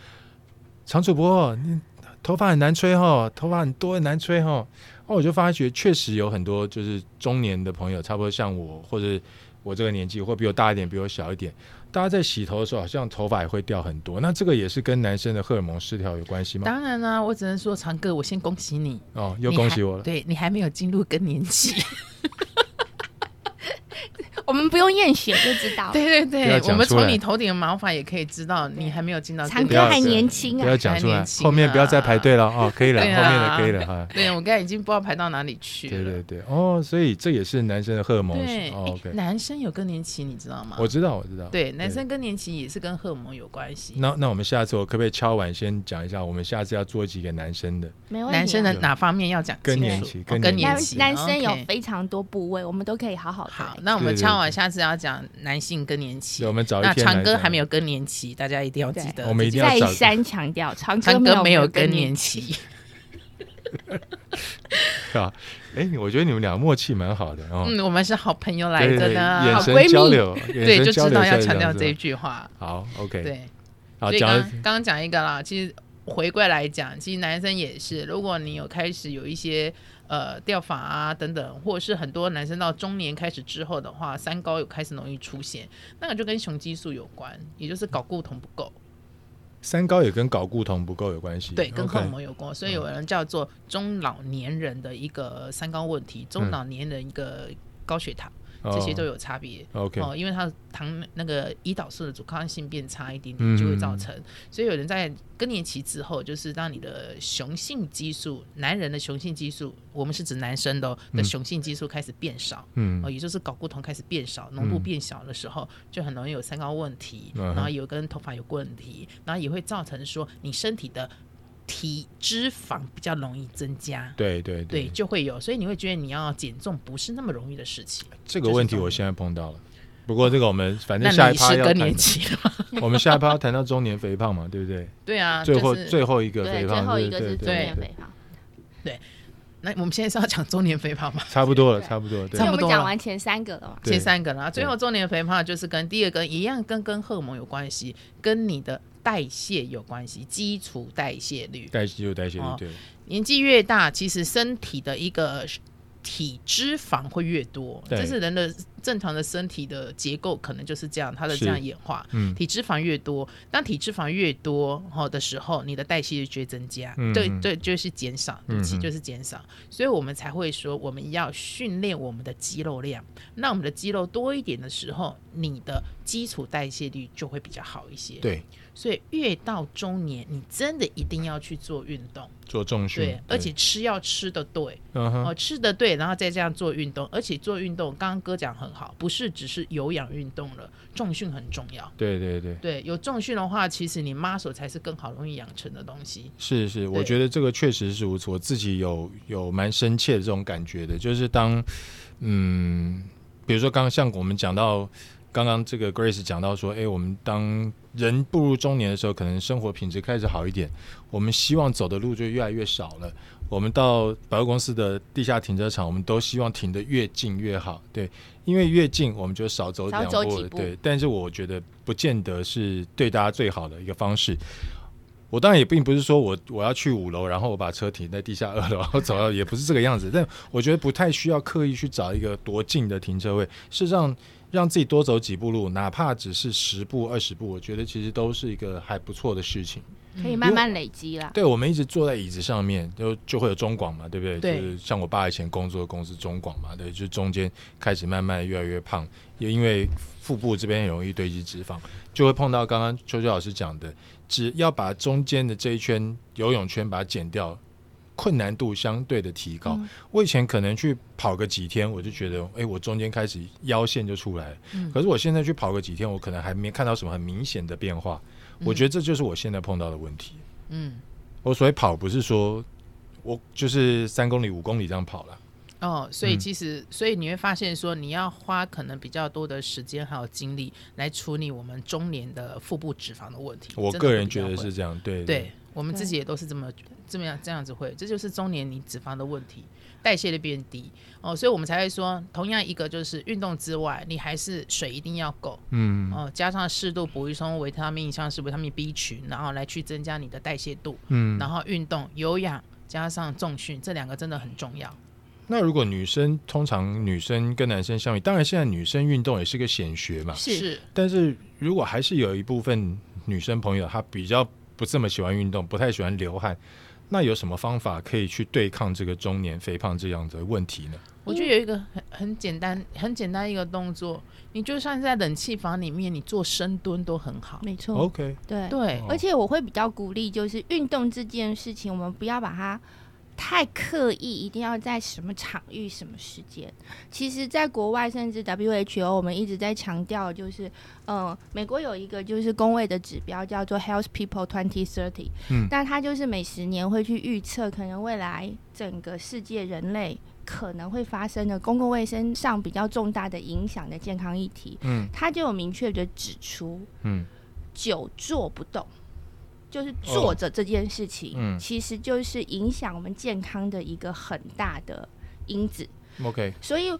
Speaker 1: 常主播，你头发很难吹哦，头发很多很难吹哦。”哦，我就发觉确实有很多就是中年的朋友，差不多像我或者我这个年纪，或比我大一点，比我小一点。大家在洗头的时候，好像头发也会掉很多。那这个也是跟男生的荷尔蒙失调有关系吗？
Speaker 2: 当然啦、我只能说长哥，我先恭喜你，
Speaker 1: 哦，又恭喜我
Speaker 2: 你还
Speaker 1: 了。
Speaker 2: 对你还没有进入更年期。
Speaker 3: 我们不用验血就知道。
Speaker 2: 对对
Speaker 1: 不要
Speaker 2: 对，
Speaker 1: 讲
Speaker 2: 我们
Speaker 1: 出来
Speaker 2: 从你头顶的毛发也可以知道，你还没有进到
Speaker 3: 长
Speaker 2: 更
Speaker 1: 不
Speaker 3: 哥
Speaker 1: 要
Speaker 2: 年
Speaker 3: 还
Speaker 2: 期。
Speaker 3: 年轻
Speaker 1: 不
Speaker 3: 啊
Speaker 1: 要，讲出
Speaker 2: 还
Speaker 1: 来
Speaker 2: 年，轻啊
Speaker 1: 后面不要再排队了哦，可以了，
Speaker 2: 对
Speaker 1: 后面的
Speaker 2: 啊
Speaker 1: 可以了哈。
Speaker 2: 对，我刚才已经不知道排到哪里去
Speaker 1: 对
Speaker 2: 了
Speaker 1: 对。对，哦，所以这也是男生的荷尔蒙。
Speaker 2: 对，
Speaker 1: 哦
Speaker 2: 诶
Speaker 1: ，OK，
Speaker 2: 男生有更年期，你知道吗？
Speaker 1: 我知道，我知道。嗯
Speaker 2: 对，男生更年期也是跟荷尔蒙有关系。
Speaker 1: 那那我们下次我可不可以敲碗先讲一下，我们下次要做几个男生的？
Speaker 3: 没问题啊。
Speaker 2: 男生的
Speaker 1: 对
Speaker 2: 哪方面要讲
Speaker 1: 更
Speaker 2: 清
Speaker 1: 年
Speaker 2: 楚
Speaker 1: 期
Speaker 2: 哦
Speaker 1: 更年
Speaker 2: 更年
Speaker 3: 男
Speaker 1: 期
Speaker 2: 期，
Speaker 3: 男生有
Speaker 2: OK
Speaker 3: 非常多部位，我们都可以好好的
Speaker 2: 好
Speaker 3: 来。，
Speaker 2: 那我们
Speaker 1: 对对
Speaker 2: 敲完下次要讲男性更年期
Speaker 1: 对，我。们找一
Speaker 2: 那
Speaker 1: 天。
Speaker 2: 长哥还没有，更年期，大家一定要记
Speaker 3: 对
Speaker 2: 得。
Speaker 1: 我们一定要
Speaker 3: 再
Speaker 1: 找
Speaker 3: 三强调，长
Speaker 2: 长
Speaker 3: 哥
Speaker 2: 哥没有更
Speaker 3: 跟
Speaker 2: 年
Speaker 3: 你
Speaker 2: 期，
Speaker 1: 啊。哎，我觉得你们俩默契蛮好的哦。
Speaker 2: 嗯，我们是好朋友来
Speaker 1: 对
Speaker 2: 的
Speaker 1: 对，
Speaker 2: 呢
Speaker 1: 眼，
Speaker 3: 好
Speaker 1: 神
Speaker 3: 闺
Speaker 1: 交
Speaker 3: 蜜
Speaker 1: 流，
Speaker 2: 对，
Speaker 1: 眼
Speaker 2: 就
Speaker 1: 神交
Speaker 2: 知
Speaker 1: 流
Speaker 2: 道
Speaker 1: 才
Speaker 2: 要
Speaker 1: 有
Speaker 2: 强调
Speaker 1: 子
Speaker 2: 这一
Speaker 1: 嘛
Speaker 2: 句话。
Speaker 1: 好，OK，
Speaker 2: 对，
Speaker 1: 好
Speaker 2: 所以刚
Speaker 1: 讲
Speaker 2: 刚刚刚讲一个啦，其实回归来讲，其实男生也是，如果你有开始有一些呃掉发啊等等，或者是很多男生到中年开始之后的话，三高有开始容易出现，那个就跟雄激素有关，也就是睾固酮不够，
Speaker 1: 三高也跟睾固酮不够有关系。
Speaker 2: 对，跟
Speaker 1: OK 嗯
Speaker 2: 荷尔蒙有关，所以有人叫做中老年人的一个三高问题，中老年人一个高血糖，这些都
Speaker 1: 嗯哦
Speaker 2: 有差别。
Speaker 1: OK，
Speaker 2: 哦，因为它糖那个胰岛素的阻抗性变差一点
Speaker 1: 嗯
Speaker 2: 点，就会造成。所以有人在更年期之后，就是当你的雄性激素，男人的雄性激素，我们是指男生的、哦、的雄性激素开始变少，
Speaker 1: 嗯
Speaker 2: 哦，也就是睾固酮开始变少，浓度
Speaker 1: 嗯
Speaker 2: 变小的时候，就很容易有三高问题，
Speaker 1: 嗯哼
Speaker 2: 然后有跟头发有问题，然后也会造成说你身体的体脂肪比较容易增加。
Speaker 1: 对对
Speaker 2: 对，，就会有，所以你会觉得你要减重不是那么容易的事情。
Speaker 1: 这个问题我现在碰到了。不过这个我 们反正
Speaker 2: 那
Speaker 1: 下一
Speaker 2: 你
Speaker 1: 趴
Speaker 2: 是
Speaker 1: 要
Speaker 2: 更
Speaker 1: 谈
Speaker 2: 年期了吗？
Speaker 1: 我们下一趴要谈到中年肥胖嘛，对不对？
Speaker 2: 对 啊，
Speaker 1: 最后
Speaker 2: 就是、
Speaker 1: 最后一个
Speaker 3: 对，
Speaker 1: 肥
Speaker 3: 最
Speaker 1: 胖，
Speaker 3: 后
Speaker 1: 对
Speaker 3: 一个
Speaker 1: 对对
Speaker 3: 是中
Speaker 1: 对
Speaker 3: 年
Speaker 1: 对
Speaker 3: 肥胖。
Speaker 2: 那我们现在是要讲中年肥胖嘛？
Speaker 1: 差不多了，
Speaker 3: 对
Speaker 1: 差不多了，
Speaker 3: 所
Speaker 1: 对
Speaker 3: 以
Speaker 2: 差
Speaker 3: 我
Speaker 2: 不
Speaker 3: 们
Speaker 2: 多
Speaker 3: 讲
Speaker 2: 了
Speaker 3: 完前三个了嘛，
Speaker 1: 对
Speaker 2: 前三个啦，
Speaker 1: 对
Speaker 2: 最后中年肥胖就是跟第二个一样，跟跟荷尔蒙有关系，跟你的代谢有关系，基础代谢率。
Speaker 1: 代谢就代谢率
Speaker 2: 哦
Speaker 1: 对，
Speaker 2: 年纪越大，其实身体的一个体脂肪会越多，
Speaker 1: 对
Speaker 2: 这是人的正常的身体的结构，可能就是这样，它的这样
Speaker 1: 是
Speaker 2: 演化。
Speaker 1: 嗯
Speaker 2: 体脂肪越多，当体脂肪越多哦的时候，你的代谢率就会增加，
Speaker 1: 嗯
Speaker 2: 对
Speaker 1: 嗯
Speaker 2: 对，就是减少，对不起，
Speaker 1: 嗯嗯
Speaker 2: 就是减少，所以我们才会说我们要训练我们的肌肉量。那我们的肌肉多一点的时候，你的基础代谢率就会比较好一些。，
Speaker 1: 对，
Speaker 2: 所以越到中年，你真的一定要去做运动，
Speaker 1: 做重训，
Speaker 2: 对，而且吃要吃的对，
Speaker 1: 嗯哼
Speaker 2: 哦，吃的对，然后再这样做运动，而且做运动，刚刚哥讲很好，不是只是有氧运动了，重训很重要。
Speaker 1: 对对对。
Speaker 2: 对，有重训的话，其实你 muscle 才是更好容易养成的东西。
Speaker 1: 是是，我
Speaker 2: 对
Speaker 1: 觉得这个确实是如此，我自己有有蛮深切的这种感觉的，就是当嗯，比如说刚刚像我们讲到刚刚这个 Grace 讲到说，哎，我们当人步入中年的时候，可能生活品质开始好一点，我们希望走的路就越来越少了。我们到百货公司的地下停车场，我们都希望停得越近越好，对，因为越近我们就少走
Speaker 4: 少
Speaker 1: 两
Speaker 4: 走
Speaker 1: 步，
Speaker 4: 几步
Speaker 1: 对。但是我觉得不见得是对大家最好的一个方式。我当然也并不是说我我要去五楼，然后我把车停在地下二楼，然后走到也不是这个样子。但我觉得不太需要刻意去找一个多近的停车位，事实上让自己多走几步路，哪怕只是十步二十步，我觉得其实都是一个还不错的事情。
Speaker 3: 可
Speaker 2: 嗯
Speaker 3: 以慢慢累积啦。
Speaker 1: 对，我们一直坐在椅子上面，就就会有中广嘛，对不对？
Speaker 2: 对
Speaker 1: 就是像我爸以前工作的公司中广嘛，对，就中间开始慢慢越来越胖，也因为腹部这边很容易堆积脂肪，就会碰到刚刚秋秋老师讲的，只要把中间的这一圈游泳圈把它减掉。困难度相对的提
Speaker 2: 嗯
Speaker 1: 高，我以前可能去跑个几天，我就觉得，哎，我中间开始腰线就出来了。
Speaker 2: 嗯
Speaker 1: 可是我现在去跑个几天，我可能还没看到什么很明显的变化。我觉得这就是我现在碰到的问题。
Speaker 2: 嗯，
Speaker 1: 我所谓跑不是说我就是三公里、五公里这样跑了，
Speaker 2: 哦，所以
Speaker 1: 嗯
Speaker 2: 其实，所以你会发现说，你要花可能比较多的时间还有精力来处理我们中年的腹部脂肪的问题。
Speaker 1: 我
Speaker 2: 真的
Speaker 1: 个
Speaker 2: 会
Speaker 1: 人
Speaker 2: 比较
Speaker 1: 觉得
Speaker 2: 会
Speaker 1: 是这样，对
Speaker 2: 对我们
Speaker 3: 对
Speaker 2: 自己也都是这么这么样这样子会，这就是中年你脂肪的问题，代谢的变低哦，所以我们才会说，同样一个就是运动之外，你还是水一定要够，
Speaker 1: 嗯
Speaker 2: 哦，加上适度补充维他命，像是维他命 B 群，然后来去增加你的代谢度，
Speaker 1: 嗯。
Speaker 2: 然后运动、有氧加上重训，这两个真的很重要。
Speaker 1: 那如果女生通常女生跟男生相比，当然现在女生运动也是个显学嘛，
Speaker 3: 是
Speaker 1: 但是如果还是有一部分女生朋友她比较不这么喜欢运动，不太喜欢流汗。那有什么方法可以去对抗这个中年肥胖这样的问题呢？
Speaker 2: 我觉得有一个很很简单、很简单一个动作，你就算在冷气房里面，你做深蹲都很好。
Speaker 3: 没错
Speaker 1: OK，
Speaker 3: 对。
Speaker 2: 对，
Speaker 3: 而且我会比较鼓励，就是运动这件事情，我们不要把它太刻意，一定要在什么场域、什么时间。其实，在国外甚至 WHO，我们一直在强调，就是呃，美国有一个就是工位的指标叫做 Health People Twenty Thirty，
Speaker 1: 嗯
Speaker 3: 那它就是每十年会去预测，可能未来整个世界人类。可能会发生的公共卫生上比较重大的影响的健康议题，
Speaker 1: 嗯
Speaker 3: 它就有明确的指出，
Speaker 1: 嗯
Speaker 3: 久坐不动，就是坐着这件事情，
Speaker 1: 嗯
Speaker 3: 其实就是影响我们健康的一个很大的因子。
Speaker 1: ，OK，
Speaker 3: 所以，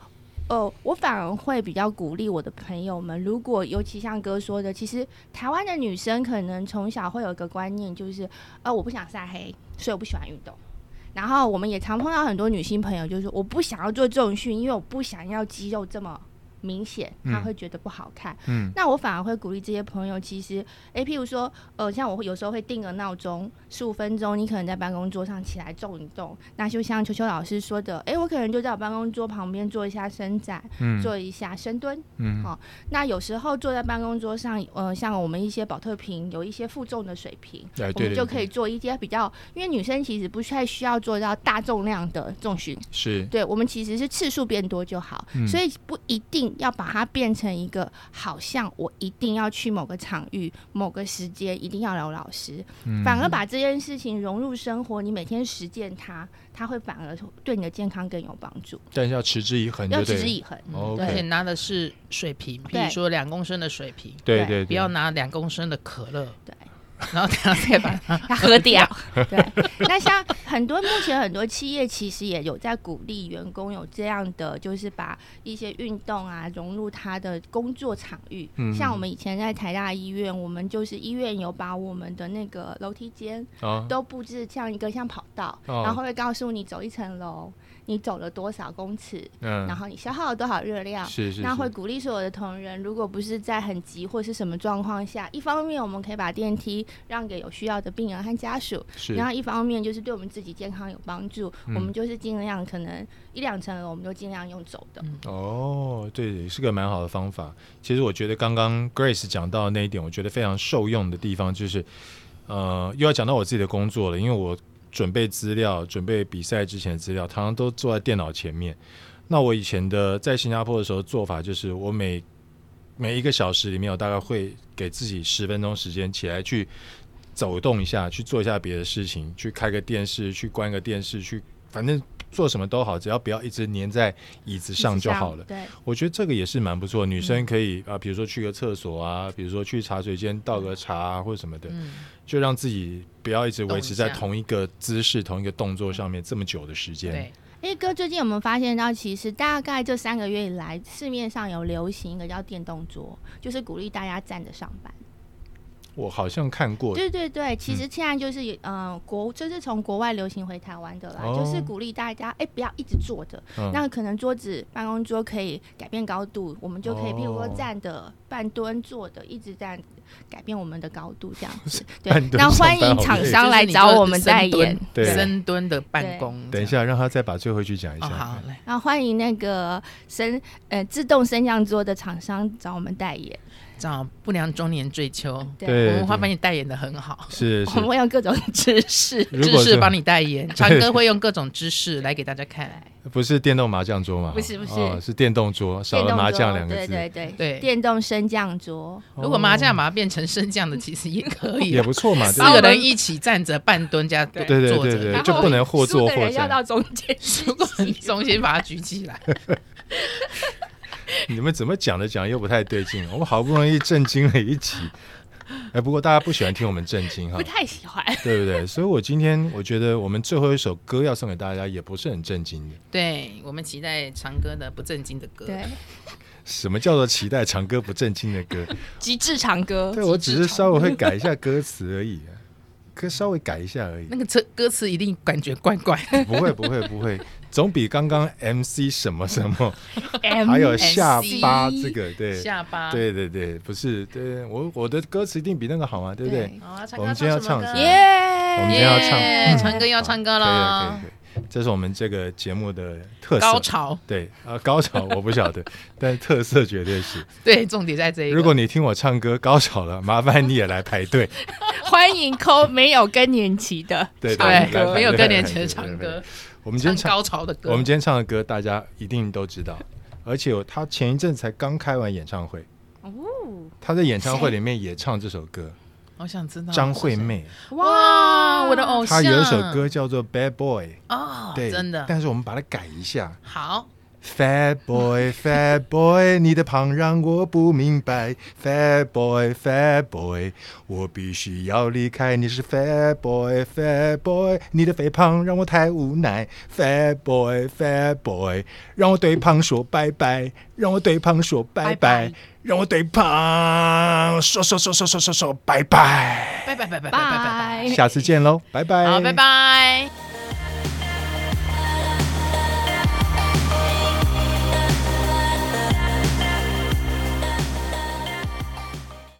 Speaker 3: 呃，我反而会比较鼓励我的朋友们，如果尤其像哥说的，其实台湾的女生可能从小会有一个观念，就是呃，我不想晒黑，所以我不喜欢运动。然后我们也常碰到很多女性朋友，就是说我不想要做重训，因为我不想要肌肉这么明显，她
Speaker 1: 嗯
Speaker 3: 会觉得不好看。
Speaker 1: 嗯
Speaker 3: 那我反而会鼓励这些朋友，其实，诶，譬如说，呃，像我会有时候会定个闹钟，十五分钟，你可能在办公桌上起来动一动。那就像球球老师说的，诶，我可能就在我办公桌旁边做一下伸展，
Speaker 1: 嗯
Speaker 3: 做一下深蹲。
Speaker 1: 嗯
Speaker 3: 好那有时候坐在办公桌上，呃，像我们一些保特瓶有一些负重的水瓶，
Speaker 1: 哎，
Speaker 3: 我
Speaker 1: 对
Speaker 3: 们
Speaker 1: 对
Speaker 3: 就
Speaker 1: 对，
Speaker 3: 可以做一些比较，因为女生其实不太需要做到大重量的重训，
Speaker 1: 是
Speaker 3: 对我们其实是次数变多就好，
Speaker 1: 嗯
Speaker 3: 所以不一定要把它变成一个好像我一定要去某个场域、某个时间一定要有老师，
Speaker 1: 嗯
Speaker 3: 反而把这件事情融入生活，你每天实践它，它会反而对你的健康更有帮助。
Speaker 1: 但是要持之以恒就
Speaker 3: 要
Speaker 1: 对了，
Speaker 3: 持之以恒，
Speaker 2: 嗯
Speaker 1: OK
Speaker 2: 而且拿的是水瓶，比如
Speaker 3: 对
Speaker 2: 说两公升的水瓶，
Speaker 1: 对
Speaker 3: 对
Speaker 1: 对对，
Speaker 2: 不要拿两公升的可乐，
Speaker 3: 对，
Speaker 2: 然后等下再把 它，
Speaker 3: 要喝掉。对，那像很多目前很多企业其实也有在鼓励员工有这样的，就是把一些运动啊融入他的工作场域。
Speaker 1: 嗯
Speaker 3: 像我们以前在台大医院，我们就是医院有把我们的那个楼梯间
Speaker 1: 啊，
Speaker 3: 都布置像一个像跑道，
Speaker 1: 哦
Speaker 3: 然后会告诉你走一层楼，你走了多少公尺，
Speaker 1: 嗯，
Speaker 3: 然后你消耗了多少热量。
Speaker 1: 是是，
Speaker 3: 那
Speaker 1: 是
Speaker 3: 会鼓励所有的同仁，如果不是在很急或是什么状况下，一方面我们可以把电梯让给有需要的病人和家属，
Speaker 1: 是
Speaker 3: 然后一方面就是对我们自己健康有帮助，
Speaker 1: 嗯
Speaker 3: 我们就是尽量可能一两层楼我们就尽量用走
Speaker 1: 嗯
Speaker 3: 的。
Speaker 1: 哦，对，是个蛮好的方法。其实我觉得刚刚 Grace 讲到的那一点，我觉得非常受用的地方就是，呃，又要讲到我自己的工作了，因为我准备资料、准备比赛之前的资料，常常都坐在电脑前面。那我以前的在新加坡的时候做法就是，我每每一个小时里面，我大概会给自己十分钟时间起来去走动一下，去做一下别的事情，去开个电视，去关个电视，去反正做什么都好，只要不要一直粘在椅子上就好了。
Speaker 3: 对，
Speaker 1: 我觉得这个也是蛮不
Speaker 3: 嗯
Speaker 1: 错，女生可以啊，比如说去个厕所啊，比如说去茶水间倒个茶、啊、或者什么的，
Speaker 2: 嗯，
Speaker 1: 就让自己不要一直维持在
Speaker 2: 动一下
Speaker 1: 同一个姿势、同一个动作上面这么久的时间。
Speaker 2: 对，
Speaker 3: 哎哥，最近有没有发现到，其实大概这三个月以来，市面上有流行一个叫电动桌，就是鼓励大家站着上班。
Speaker 1: 我好像看过，
Speaker 3: 对对对，其实现在就是有嗯、呃国这是从国外流行回台湾的啦，
Speaker 1: 哦
Speaker 3: 就是鼓励大家哎、不要一直坐着，
Speaker 1: 嗯
Speaker 3: 那可能桌子办公桌可以改变高度，我们就可以
Speaker 1: 哦
Speaker 3: 譬如说站的、半蹲、坐的，一直这样改变我们的高度 这样子。
Speaker 1: 半蹲
Speaker 3: 对，那
Speaker 1: 上
Speaker 3: 欢
Speaker 1: 班
Speaker 3: 迎
Speaker 1: 好
Speaker 3: 厂
Speaker 1: 累
Speaker 3: 商来找我们代
Speaker 2: 就是
Speaker 3: 言
Speaker 2: 你。就
Speaker 1: 对
Speaker 2: 是深蹲深蹲的办公。
Speaker 1: 等一下让他再把最后一句讲一
Speaker 2: 这
Speaker 1: 下。
Speaker 2: 样，哦，好嘞。
Speaker 3: 然后欢迎那个升呃自动升降桌的厂商找我们代言，
Speaker 2: 找不良中年追求，
Speaker 1: 对
Speaker 2: 我们会把你代言的很好，
Speaker 1: 是
Speaker 3: 我
Speaker 1: 是
Speaker 3: 们，会用各种知识。
Speaker 1: 如
Speaker 2: 知
Speaker 1: 果
Speaker 2: 识
Speaker 1: 是
Speaker 2: 帮你 代言，川哥会用各种知识来给大家看。
Speaker 1: 不是电动麻将桌嘛？
Speaker 3: 不是不是
Speaker 1: 哦是电动桌，少
Speaker 3: 电
Speaker 1: 了
Speaker 3: 动
Speaker 1: 麻
Speaker 3: 桌
Speaker 1: 将两个
Speaker 3: 对
Speaker 1: 字，
Speaker 3: 对对
Speaker 2: 对
Speaker 3: 电动升降桌，
Speaker 2: 如果麻将把它变成升降的，其实也可以
Speaker 1: 也
Speaker 2: 啊，
Speaker 1: 不错嘛，
Speaker 2: 四
Speaker 1: 对
Speaker 2: 个人一起站着半蹲加坐
Speaker 3: 对
Speaker 1: 对对
Speaker 2: 坐
Speaker 1: 对
Speaker 2: 着
Speaker 1: 对
Speaker 2: 然后
Speaker 1: 就不能或坐
Speaker 3: 输的
Speaker 1: 或
Speaker 3: 人要
Speaker 1: 站
Speaker 3: 到中间去
Speaker 2: 如果中间把它举起来，
Speaker 1: 你们怎么讲着讲又不太对劲？我们好不容易震惊了一集，哎，不过大家不喜欢听我们震惊哈
Speaker 3: 不，太喜 欢。
Speaker 1: 对不对？所以我今天我觉得我们最后一首歌要送给大家，也不是很震惊的。
Speaker 2: 对我们期待长哥的不正经的歌。
Speaker 3: 对，
Speaker 1: 什么叫做期待长歌不震惊的歌？
Speaker 3: 极致长歌，
Speaker 1: 对我只是稍微会改一下歌词而已，歌稍微改一下而已
Speaker 2: 那，个歌歌词一定感觉怪怪的，
Speaker 1: 不会不会不会，总比刚刚 MC 什么什么，
Speaker 3: M
Speaker 1: 还有下
Speaker 2: MC
Speaker 1: 巴这个对。
Speaker 2: 下巴。
Speaker 1: 对对对，不是，对我我的歌词一定比那个好嘛，对不对？
Speaker 3: 对
Speaker 2: 好啊，
Speaker 1: 我们今天要唱什么
Speaker 2: 耶，
Speaker 1: 我们今
Speaker 3: 耶
Speaker 1: 天要唱
Speaker 2: 耶
Speaker 1: 嗯
Speaker 2: 川哥要唱歌
Speaker 1: 好可
Speaker 2: 了
Speaker 1: 以，可以可以，这是我们这个节目的特色。
Speaker 2: 高潮。
Speaker 1: 对，呃，高潮我不 晓得，但特色绝对是。
Speaker 2: 对，重点在这一个。
Speaker 1: 如果你听我唱歌高潮了，麻烦你也来排 队。
Speaker 3: 欢迎抠没有更年期的
Speaker 1: 对
Speaker 3: 唱
Speaker 1: 来排队
Speaker 2: 对，
Speaker 3: 歌
Speaker 2: 没有更年期
Speaker 1: 来
Speaker 2: 的
Speaker 1: 排队来
Speaker 2: 唱
Speaker 1: 排队
Speaker 2: 歌，
Speaker 1: 我们今天
Speaker 2: 唱
Speaker 1: 唱，
Speaker 2: 高潮的歌。
Speaker 1: 我们今天唱的歌大家一定都知道，而且他前一阵才刚开完演唱会，
Speaker 3: 哦，
Speaker 1: 他在演唱会里面也唱这首 歌，
Speaker 2: 我想知道
Speaker 1: 张惠。妹，
Speaker 2: 哇，我的偶
Speaker 1: 她
Speaker 2: 像。啊
Speaker 1: 有一首歌叫做《Bad Boy》，
Speaker 2: 哦，
Speaker 1: 对，
Speaker 2: 真的
Speaker 1: 但是我们把它改一下，
Speaker 2: 好。
Speaker 1: Fat boy, fat boy，你的胖让我不明白。Fat boy, fat boy，我必须要离开。你是 fat boy, fat boy，你的肥胖让我太无奈。Fat boy, fat boy，让我对胖说拜拜，让我对胖说拜
Speaker 2: 拜
Speaker 1: 拜
Speaker 2: 拜，
Speaker 1: 让我对胖说说说说说说说拜拜。
Speaker 2: 拜拜拜拜拜拜拜
Speaker 3: 拜。
Speaker 1: 下次见喽，拜拜。
Speaker 2: 拜，好，拜。拜。